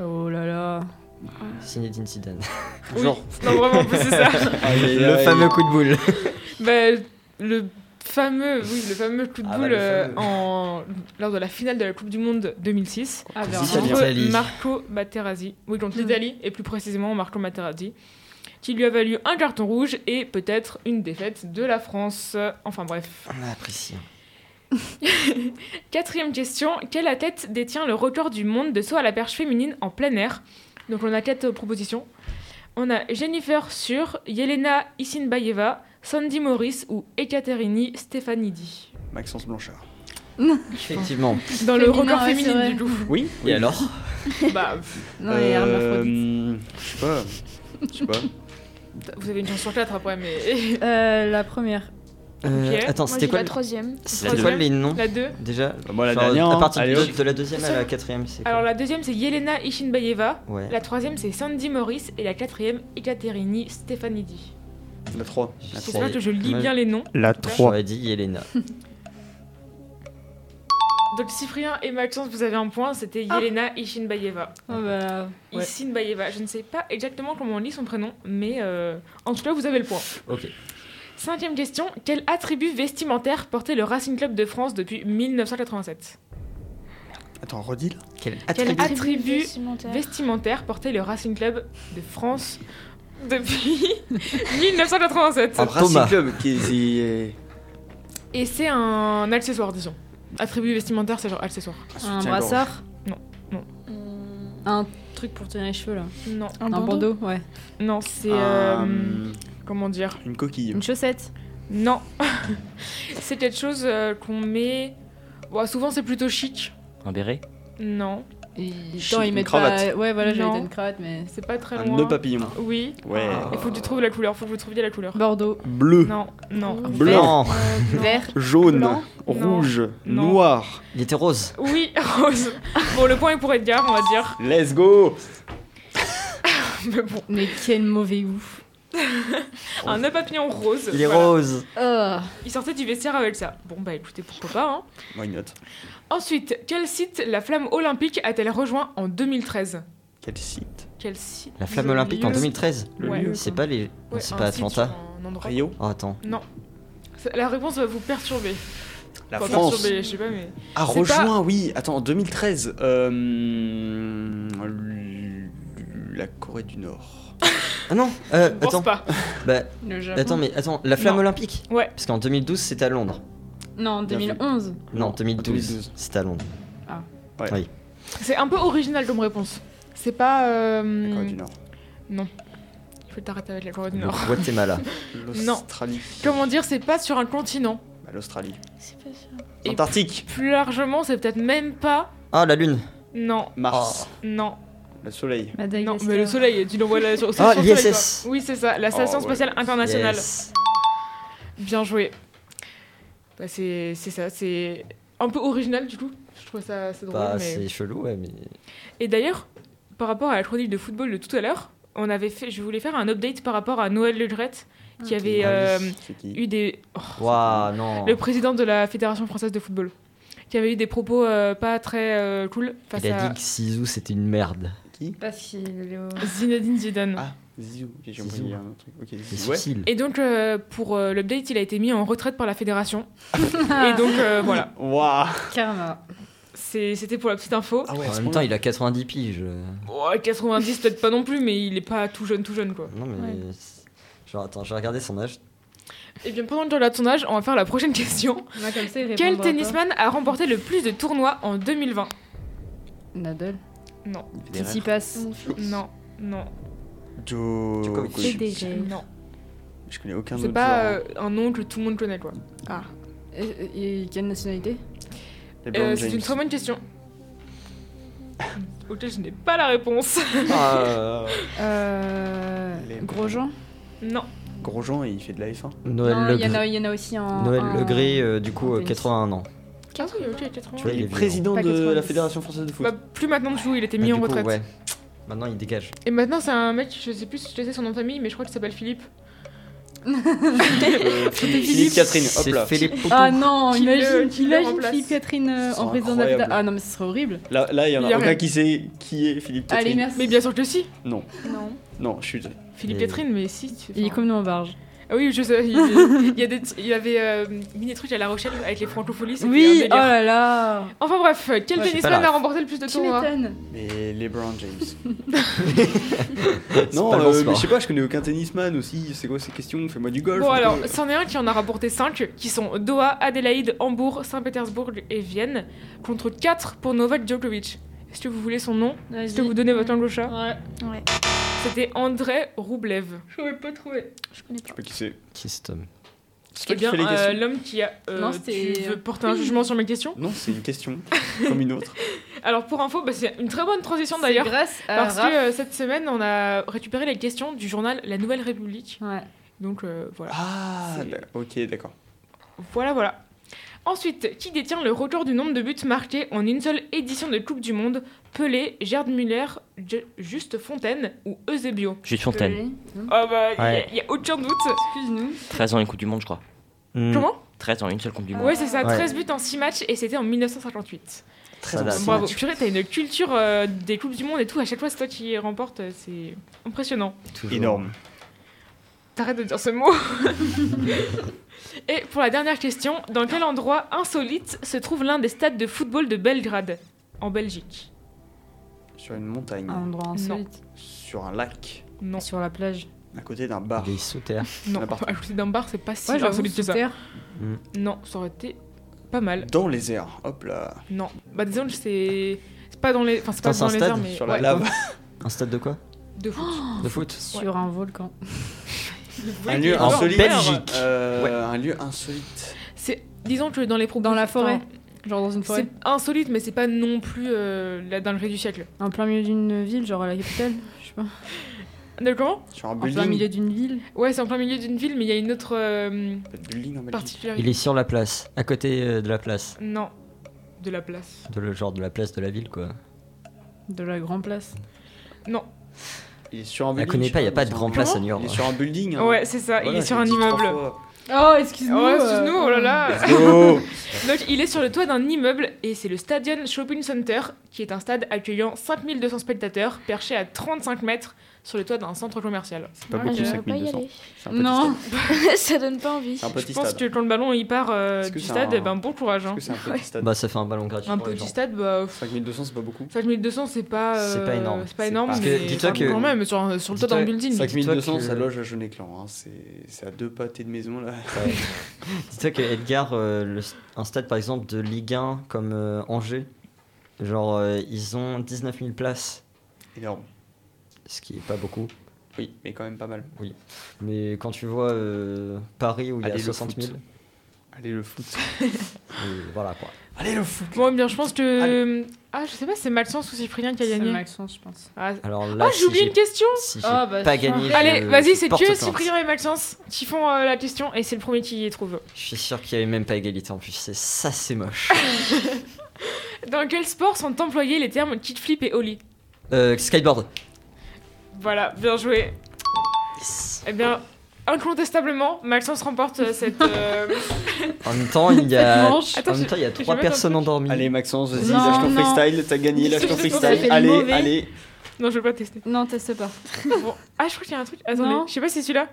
S4: Oh là là.
S7: Zinedine Zidane.
S5: Genre.
S8: Non, vraiment, c'est ça.
S7: <laughs> Le fameux coup de boule.
S8: Bah, le fameux, oui, le fameux coup de
S7: Ah bah,
S8: boule
S7: le
S8: euh,
S7: fameux.
S8: en... lors de la finale de la Coupe du Monde 2006
S4: Ah,
S7: Vas-y,
S4: ben,
S7: Salut.
S8: contre
S7: L'Italie.
S8: Marco Materazzi, oui
S4: Hmm.
S8: contre l'Italie et plus précisément Marco Materazzi, qui lui a valu un carton rouge et peut-être une défaite de la France. Enfin bref.
S7: On apprécie.
S8: Quatrième question quel athlète détient le record du monde de saut à la perche féminine en plein air Donc on a quatre euh, propositions. On a Jennifer Sur, Yelena Isinbayeva, Sandy Morris ou Ekaterini Stefanidi.
S5: Maxence Blanchard.
S7: Effectivement.
S8: Dans le
S4: Féminin,
S8: record
S4: ouais, c'est
S8: féminin
S4: vrai.
S8: du coup.
S5: Oui
S7: Et alors
S8: Bah, pff,
S4: Non, et hermaphrodite.
S5: Euh, Je sais pas. Je sais pas.
S8: vous avez une chance sur quatre après, mais.
S4: Euh, la première.
S7: Euh,
S8: <laughs> Ok.
S7: Attends,
S10: Moi,
S7: c'était
S10: j'ai
S7: quoi,
S10: la
S7: le-
S10: troisième.
S7: c'était
S8: troisième.
S7: quoi les noms
S8: La deux.
S7: déjà
S5: Bah, moi, la
S7: Genre,
S5: dernière,
S7: À partir
S5: hein.
S7: de-
S5: Allez,
S7: de, la deuxième à la quatrième, c'est quoi
S8: Alors la deuxième c'est Yelena Ishinbayeva,
S7: Ouais.
S8: la troisième c'est Sandy Morris et la quatrième Ekaterini Stefanidi.
S5: La 3.
S7: Je sais
S8: J'espère
S7: pas.
S8: que je lis
S7: Moi,
S8: bien les noms.
S5: La
S7: J'aurais dit Yelena.
S8: Donc Cyprien et Maxence, vous avez un point, c'était Yelena Ishinbayeva.
S4: Oh, bah, ouais.
S8: Ishinbayeva, je ne sais pas exactement comment on lit son prénom, mais euh, en tout cas vous avez le point.
S7: Ok.
S8: Cinquième question, quel attribut vestimentaire portait le Racing Club de France depuis 1987
S5: Attends, redis là.
S7: Quel
S8: Quel
S7: attribut
S8: attribut
S10: vestimentaire.
S8: vestimentaire portait le Racing Club de France depuis <laughs> 1987.
S7: Un Thomas.
S5: Club qui est.
S8: Et c'est un accessoire, disons. Attribut vestimentaire, c'est genre accessoire.
S4: Un
S5: soutien-gorge.
S4: brassard
S8: Non, non.
S10: Hum,
S4: Mmh. Un truc pour tenir les cheveux là.
S8: Non,
S10: Un
S4: Un
S10: bandeau.
S4: bandeau, ouais.
S8: non, c'est. euh,
S5: Euh,
S8: comment dire
S5: Une coquille.
S4: Une chaussette.
S8: Non. <laughs> c'est quelque chose euh, qu'on met. Bon, souvent, c'est plutôt chic.
S12: Un béret
S8: Non,
S4: Genre, ils
S5: une
S4: mettent
S5: cravate.
S4: pas- Ouais, voilà, j'avais
S8: Non.
S4: dit une cravate, mais.
S8: c'est pas très
S5: Un
S8: loin.
S5: nœud papillon.
S8: Oui.
S5: Ouais.
S8: Il faut que tu trouves la couleur, faut que vous trouviez la couleur.
S4: Bordeaux.
S5: Bleu,
S8: Non, non.
S5: blanc,
S7: Blanc.
S4: Vert.
S5: jaune,
S10: Blanc.
S8: Non.
S5: rouge,
S8: Non.
S5: noir.
S7: Il était rose.
S8: Oui, <laughs> rose. Bon, le point est pour Edgar, on va dire. <laughs>
S5: Let's go
S8: Mais bon,
S4: Mais quel mauvais goût.
S8: <laughs> un nœud papillon rose.
S7: Il est
S8: voilà.
S7: rose.
S12: Ah,
S8: Il sortait du vestiaire avec ça. Bon, bah écoutez, pourquoi pas. Hein.
S5: Why not
S8: Ensuite, quel site la flamme olympique a-t-elle rejoint en 2013
S5: Quel site
S8: Quel site
S7: La flamme olympique en 2013.
S5: Le
S8: Ouais.
S5: lieu.
S7: C'est pas les.
S8: Ouais,
S7: c'est
S8: un
S7: pas
S8: site
S7: Atlanta.
S8: sur un endroit.
S5: Rio
S7: Oh, attends.
S8: C'est- La réponse va vous perturber.
S5: La
S8: Enfin,
S5: France
S8: perturber, je sais pas, mais.
S5: a
S8: C'est pas-
S5: rejoint, oui. Attends, en 2013. euh, l- La Corée du Nord.
S8: Hmm.
S7: Ah non. euh,
S8: Je pense
S7: attends.
S8: pas.
S7: Bah,
S4: Le Japon.
S7: attends, mais attends. La flamme
S8: Non.
S7: olympique.
S8: Ouais.
S7: Parce qu'en 2012, c'était à Londres.
S4: Non, en
S5: Bien vu.
S4: 2011.
S7: Non,
S5: Ah Non,
S7: 2012,
S5: 2012.
S7: c'était à Londres.
S8: C'est un peu original comme réponse. C'est pas.
S5: La Corée
S8: Euh...
S5: du Nord.
S8: Je vais t'arrêter avec la Corée du
S7: Le
S8: Nord.
S7: Guatemala.
S5: L'Australie.
S8: Comment dire, c'est pas sur un continent.
S5: Bah, L'Australie.
S10: C'est pas ça.
S8: Et-
S5: Antarctique.
S8: Plus largement, c'est peut-être même pas.
S7: Ah, la lune.
S8: Non,
S5: Mars.
S8: non,
S5: Le soleil.
S8: non.
S4: Madagascar.
S8: Mais le soleil, tu l'envoies là sur sur
S7: Ah,
S8: le soleil,
S7: l'ISS.
S8: quoi. Oui, c'est ça, la Station
S5: Oh, ouais.
S8: Spatiale Internationale.
S7: Yes.
S8: Bien joué. Bah, c'est c'est ça, c'est. un peu original du coup. Je trouve ça assez drôle.
S7: Bah,
S8: mais-
S7: c'est chelou, ouais, mais.
S8: Et d'ailleurs, par rapport à la chronique de football de tout à l'heure, on avait fait, je voulais faire un update par rapport à Noël Le Gret, qui avait
S5: Ah
S8: euh,
S5: oui, c'est qui
S8: eu des oh,
S7: Waouh, non.
S8: le président de la fédération française de football, qui avait eu des propos euh, pas très euh, cool face
S7: Il a
S8: à
S7: dit que Sizou, c'était une merde.
S12: Parce qu'il est au-
S8: Zinedine Zidane.
S5: Ah, Zizou. Ok, J'ai compris,
S7: Zizou.
S5: il y a un autre truc. Ok,
S7: C'est
S5: Zizou. Ouais.
S7: subtil.
S8: Et donc euh, pour euh, l'update, il a été mis en retraite par
S7: <laughs>
S8: la fédération. Et donc euh, voilà,
S5: Waouh.
S12: <laughs> Karma.
S8: C'est- c'était pour la petite info.
S5: Ah
S7: en même temps, il a 90 piges. euh.
S8: Bon, 90 peut-être pas non plus, mais il est pas tout jeune, tout jeune quoi.
S7: Non, mais. c'est- Genre, attends, je vais regarder son âge.
S8: Et Eh bien pendant le de ton âge, on va faire la prochaine <laughs> question.
S12: Moi, comme ça, il
S8: Quel
S12: répondra
S8: tennisman a remporté le plus de tournois en 2020
S12: pas. Nadal.
S8: Non,
S12: Titi passe.
S8: non, non,
S5: Joe.
S7: Djokovic.
S5: Djokovic.
S12: Federer.
S8: non.
S5: Je connais aucun autre.
S8: C'est pas
S5: joueur. hein.
S8: euh, un nom que tout le monde connaît quoi.
S12: Et, et quelle nationalité
S5: LeBron
S8: Euh, c'est
S5: James.
S8: une très bonne question. Auquel je n'ai pas la réponse. <laughs>
S7: Ah, euh,
S5: Les-
S12: euh, Grosjean
S8: Non,
S5: Grosjean, il fait de la F1.
S7: Noël
S12: Non,
S7: Le
S12: il y, en a-
S7: Gris.
S12: il y en a aussi en.
S7: Noël
S12: en-
S7: Le Gris, euh, du coup,
S12: en
S7: euh,
S12: tennis.
S7: 81 ans.
S8: ah oui, ok, 80.
S7: Tu vois,
S5: il est
S7: vieux,
S5: président
S12: Pas
S5: de
S12: 90.
S5: la Fédération française de foot.
S8: Bah, plus maintenant du coup, il était
S7: Bah,
S8: mis
S7: du
S8: en
S7: coup,
S8: retraite.
S7: ouais. Maintenant, il dégage.
S8: Et maintenant, c'est un mec, je sais plus si je sais son nom de famille, mais je crois qu'il s'appelle Philippe.
S5: Euh, Philippe, Philippe Catherine, hop
S7: C'est
S5: là.
S7: Philippe Poutou.
S12: Ah non,
S8: Qui le-
S12: imagine,
S8: qui le
S12: imagine
S8: remplace
S12: Philippe Catherine euh,
S5: C'est
S12: en président de la
S5: incroyable.
S12: Fédération. Ah non, mais ce serait horrible.
S5: Là, là, il y en
S8: Il y
S5: a
S8: a rien.
S5: aucun qui sait qui est Philippe Catherine.
S12: Allez, merci.
S8: Mais bien sûr que si,
S5: Non,
S10: Non.
S5: non, je suis.
S8: Philippe
S7: Et-
S8: Catherine, mais si. Tu...
S12: Il est comme nous en barge.
S8: Ah oui, je sais, il, il y a des, il avait euh, mis des trucs à La Rochelle avec les francopholies. c'était un
S12: Oui,
S8: délire.
S12: oh là là.
S8: Enfin bref, quel
S12: Ouais,
S7: c'est pas
S8: tennisman
S7: là.
S8: a remporté le plus de hein.
S12: Tu
S8: tournois
S12: m'étonnes.
S5: Mais LeBron
S8: <laughs>
S5: James. <laughs>
S7: pas
S5: non,
S7: le
S5: euh,
S7: bon sport.
S5: mais je sais pas, je connais aucun tennisman aussi. C'est quoi ces questions Fais-moi du golf.
S8: Bon
S5: un peu.
S8: alors, c'en est un qui en a rapporté 5, qui sont Doha, Adélaïde, Hambourg, Saint-Pétersbourg et Vienne, contre 4 pour Novak Djokovic. Est-ce que vous voulez son nom Est-ce que vous donnez votre langue au chat
S12: Ouais.
S10: Ouais.
S8: C'était André Roublev.
S12: Je pouvais pas trouver.
S10: Je connais pas.
S5: Je sais pas qui c'est.
S7: Qui c'est Tom
S5: C'est
S8: Eh
S5: toi qui
S8: bien,
S5: fais les
S8: euh,
S5: questions.
S8: l'homme qui a... euh,
S12: Non, c'était-
S8: tu veux porter
S12: <laughs>
S8: un jugement sur mes questions
S5: Non, c'est une
S8: <laughs>
S5: question, comme une autre.
S8: Alors pour info, bah, c'est une très bonne transition d'ailleurs.
S12: Grâce à
S8: Parce
S12: Raph.
S8: que euh, cette semaine, on a récupéré les questions du journal La Nouvelle République.
S12: Ouais.
S8: Donc euh, voilà.
S5: Ah,
S8: C'est-
S5: d'ac- ok, d'accord.
S8: Voilà, voilà. Ensuite, qui détient le record du nombre de buts marqués en une seule édition de Coupe du Monde Pelé, Gerd Müller, Ju- Juste Fontaine ou Eusebio
S13: Juste Fontaine.
S8: Ah bah, il
S13: Ouais.
S8: n'y a, aucun doute.
S12: Excuse-nous.
S13: 13 ans une Coupe du Monde, je crois.
S8: Comment
S13: 13 ans une seule Coupe du Monde.
S8: Ouais, c'est ça,
S7: Ouais.
S8: 13 buts en 6 matchs et c'était en 1958.
S13: Ah,
S7: Très bien.
S8: Bravo, purée, t'as une culture euh, des Coupes du Monde et tout, à chaque fois c'est toi qui remporte, euh, c'est impressionnant.
S5: Énorme.
S8: T'arrêtes de dire ce mot. <laughs> Et pour la dernière question, dans quel endroit insolite se trouve l'un des stades de football de Belgrade, en Belgique
S5: Sur une montagne,
S8: Ah.
S12: Un endroit insolite.
S5: sur un lac,
S8: Non,
S12: Sur la plage.
S5: à côté d'un bar.
S7: Il est sous terre.
S8: non. Ah,
S5: un appart-
S8: Ajouter d'un bar, c'est pas si
S12: Ouais, j'avoue,
S8: insolite que
S12: sous
S8: ça.
S12: terre.
S8: Non, ça aurait été pas mal.
S5: Dans les airs, hop là.
S8: Non. Bah disons que c'est c'est pas dans les, enfin c'est pas
S7: Putain,
S8: dans
S7: c'est
S8: les
S7: un
S8: airs,
S7: stade
S8: mais
S5: Sur la
S8: ouais,
S5: lave.
S7: Un stade de quoi
S8: de foot.
S12: Oh,
S7: De foot
S12: Sur un volcan.
S5: Un lieu insolite.
S7: Belgique.
S5: Euh,
S7: Ouais.
S5: Un lieu insolite.
S8: C'est disons que dans les propos-
S12: Dans la forêt.
S8: Enfin,
S12: Genre dans une forêt.
S8: C'est insolite, mais c'est pas non plus euh, la dinguerie du siècle.
S12: En plein milieu d'une ville, genre à la capitale. Je sais pas.
S8: De comment
S5: Sur un
S12: En plein milieu
S5: building.
S12: d'une ville.
S8: Ouais, c'est en plein milieu d'une ville, mais il y a une autre euh,
S5: Pas de building en Belgique.
S8: particularité.
S7: Il est sur la place, à côté euh, de la place.
S8: Non, de la place.
S7: De le, genre de la place de la ville, quoi.
S12: De la grande place.
S8: Non.
S5: Il est sur un
S7: Elle
S5: building.
S7: connaît
S5: je
S7: pas,
S5: sais
S7: il a pas de
S5: c'est un-
S7: grand place à New
S5: Il est
S7: York.
S5: sur un building. hein.
S8: Ouais, c'est ça.
S5: Voilà,
S8: il est sur
S5: j'ai
S8: un
S5: dit trois
S8: immeuble.
S5: fois.
S12: Oh, excuse-nous.
S4: euh,
S8: Ouais, excuse-nous, oh là là.
S5: <laughs> Oh
S8: Donc, il est sur le toit d'un immeuble et c'est le Stadion Shopping Center, qui est un stade accueillant 5200 spectateurs, perché à 35 mètres sur le toit d'un centre commercial.
S5: C'est pas
S10: Ah,
S5: beaucoup,
S10: je veux pas y
S5: 5200.
S10: aller.
S5: C'est un petit
S12: Non.
S5: stade. <laughs>
S10: ça donne pas envie.
S5: C'est un
S8: Je
S5: petit
S8: pense
S5: stade.
S8: que quand le ballon il part euh,
S5: Est-ce que
S8: du
S5: c'est
S8: stade,
S5: un-
S8: eh ben, bon courage. hein.
S5: Est-ce que c'est un petit stade
S7: Bah, ça fait un ballon gratuit.
S8: Un
S7: pour les
S8: petit
S7: gens.
S8: stade, bah.
S5: 5200, c'est pas beaucoup.
S8: 5200, c'est pas. euh,
S7: C'est pas énorme.
S8: C'est pas
S5: C'est
S8: énorme,
S5: pas- Parce
S8: mais
S7: que dis-toi
S8: enfin,
S7: que-
S8: quand même, sur, un- sur le toit
S7: dis-toi-
S8: d'un building.
S7: ça-
S5: 5200,
S7: que-
S5: ça loge à Genéclan. Hein. C'est c'est à deux pâtés de maison là. <laughs>
S7: Ouais.
S8: Ah.
S7: Dis-toi que Edgar, euh, le s- un stade par exemple de Ligue 1 comme euh, Angers, genre euh, ils ont 19 000 places,
S5: Énorme.
S7: ce qui est pas beaucoup.
S5: Oui, mais quand même pas mal.
S7: Mais quand tu vois euh, Paris où il y a
S5: Allez, le
S7: 60 000,
S5: foot. Allez, le foot.
S7: Et euh, voilà quoi.
S5: Allez le foot
S8: Bon, eh bien, je pense que. Ah, je sais pas, c'est Malsens ou Cyprien qui a gagné. C'est
S12: hein,
S4: Malsens, je pense.
S8: Ah,
S7: Alors là,
S8: Ah, j'ai
S7: si
S8: oublié
S7: j'ai-
S8: une question
S7: si j'ai Ah, bah, pas je- gagné,
S8: Allez,
S7: je-
S8: vas-y,
S7: je
S8: c'est
S7: porte
S8: que
S7: plainte.
S8: Cyprien et Malsens qui font euh, la question et c'est le premier qui y trouve.
S7: Je suis sûr qu'il n'y avait même pas égalité en plus. C'est ça, c'est moche.
S8: Dans quel sport sont employés les termes kick flip et ollie
S7: Euh, skateboard.
S8: Voilà, bien joué. Eh bien, incontestablement, Maxence remporte euh, cette. euh,
S7: En même temps, il
S5: <laughs>
S7: y a,
S8: Cette
S7: en
S8: manche. Attends,
S7: même temps, il y a
S8: je- je
S7: trois
S8: vais mettre un
S7: personnes endormies.
S5: Allez Maxence, vas-y,
S8: Non,
S5: lâche ton
S8: non.
S5: freestyle, t'as gagné, lâche ton
S8: Ça fait le
S5: freestyle. Allez,
S8: mauvais.
S5: allez.
S8: Non, je vais pas tester.
S4: Non, teste pas.
S8: Bon. Ah, je crois qu'il y a un truc. Attendez,
S4: Non.
S8: je sais pas si c'est celui-là.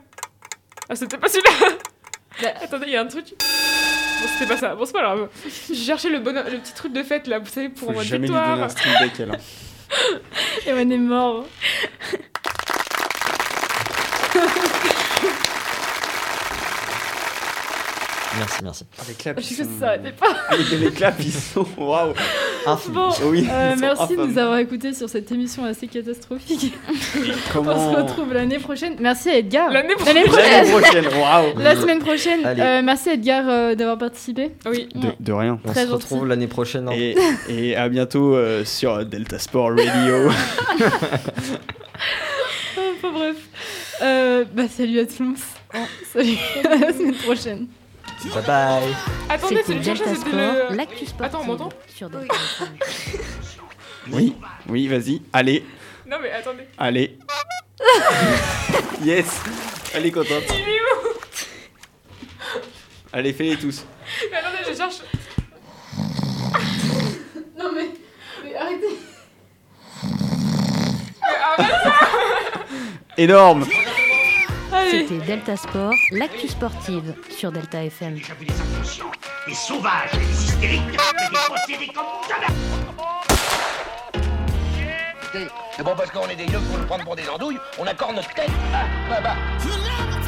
S8: Ah, c'était pas celui-là <laughs> Attendez, il y a un truc. Bon, c'était pas ça. Bon, c'est pas grave. Je cherchais le, bon... le petit truc de fête là, vous savez, pour en
S5: Faut
S8: mode
S5: jamais lui donner un
S8: victoire.
S5: stream deck elle. hein.
S4: Et on est mort.
S7: Merci, merci.
S5: Ah, Les claps,
S4: Je
S5: ils
S4: sais que
S5: sont-
S4: ça s'arrêtait pas.
S5: <laughs> les, les claps, ils sont waouh. Oh
S4: Bon,
S5: Oui,
S4: euh,
S5: ils sont
S4: merci de
S5: infâmes.
S4: nous avoir écoutés sur cette émission assez catastrophique. <laughs>
S5: Comment-
S4: On se retrouve l'année prochaine. Merci à Edgar.
S8: L'année
S5: L'année prochaine,
S4: <laughs>
S5: waouh.
S4: La semaine prochaine.
S7: Allez.
S4: Euh, merci Edgar euh, d'avoir participé.
S8: Oui.
S4: <laughs>
S5: De, de rien.
S7: On
S4: Très
S7: se retrouve l'année prochaine. hein.
S5: Et, et à bientôt euh, sur Delta
S4: <laughs>
S5: Sport Radio.
S4: Enfin bref. Euh, bah salut à tout le monde. Salut. à la semaine prochaine.
S7: Bye bye.
S8: Attendez, Oh, c'est
S1: C'était
S8: le chercheur,
S1: Delta
S8: c'était
S1: Sport,
S8: le.
S1: l'actu sportive
S8: Attends, on m'entend
S1: sur Delta FM.
S5: oui, oui, vas-y, allez,
S8: Non, mais attendez.
S4: <laughs>
S5: allez. yes, elle est contente.
S8: Il est où
S5: Allez, fais-les tous.
S8: Mais attendez, je cherche.
S4: Non mais, mais arrêtez.
S5: Énorme.
S1: C'était Delta Sport, l'actu sportive sur Delta FM.
S14: Des sauvages, des hystériques, mais des possédés comme jamais
S3: C'est bon, parce qu'on est des yeux pour nous prendre pour des andouilles, on accorde notre tête. Ah, bah, bah.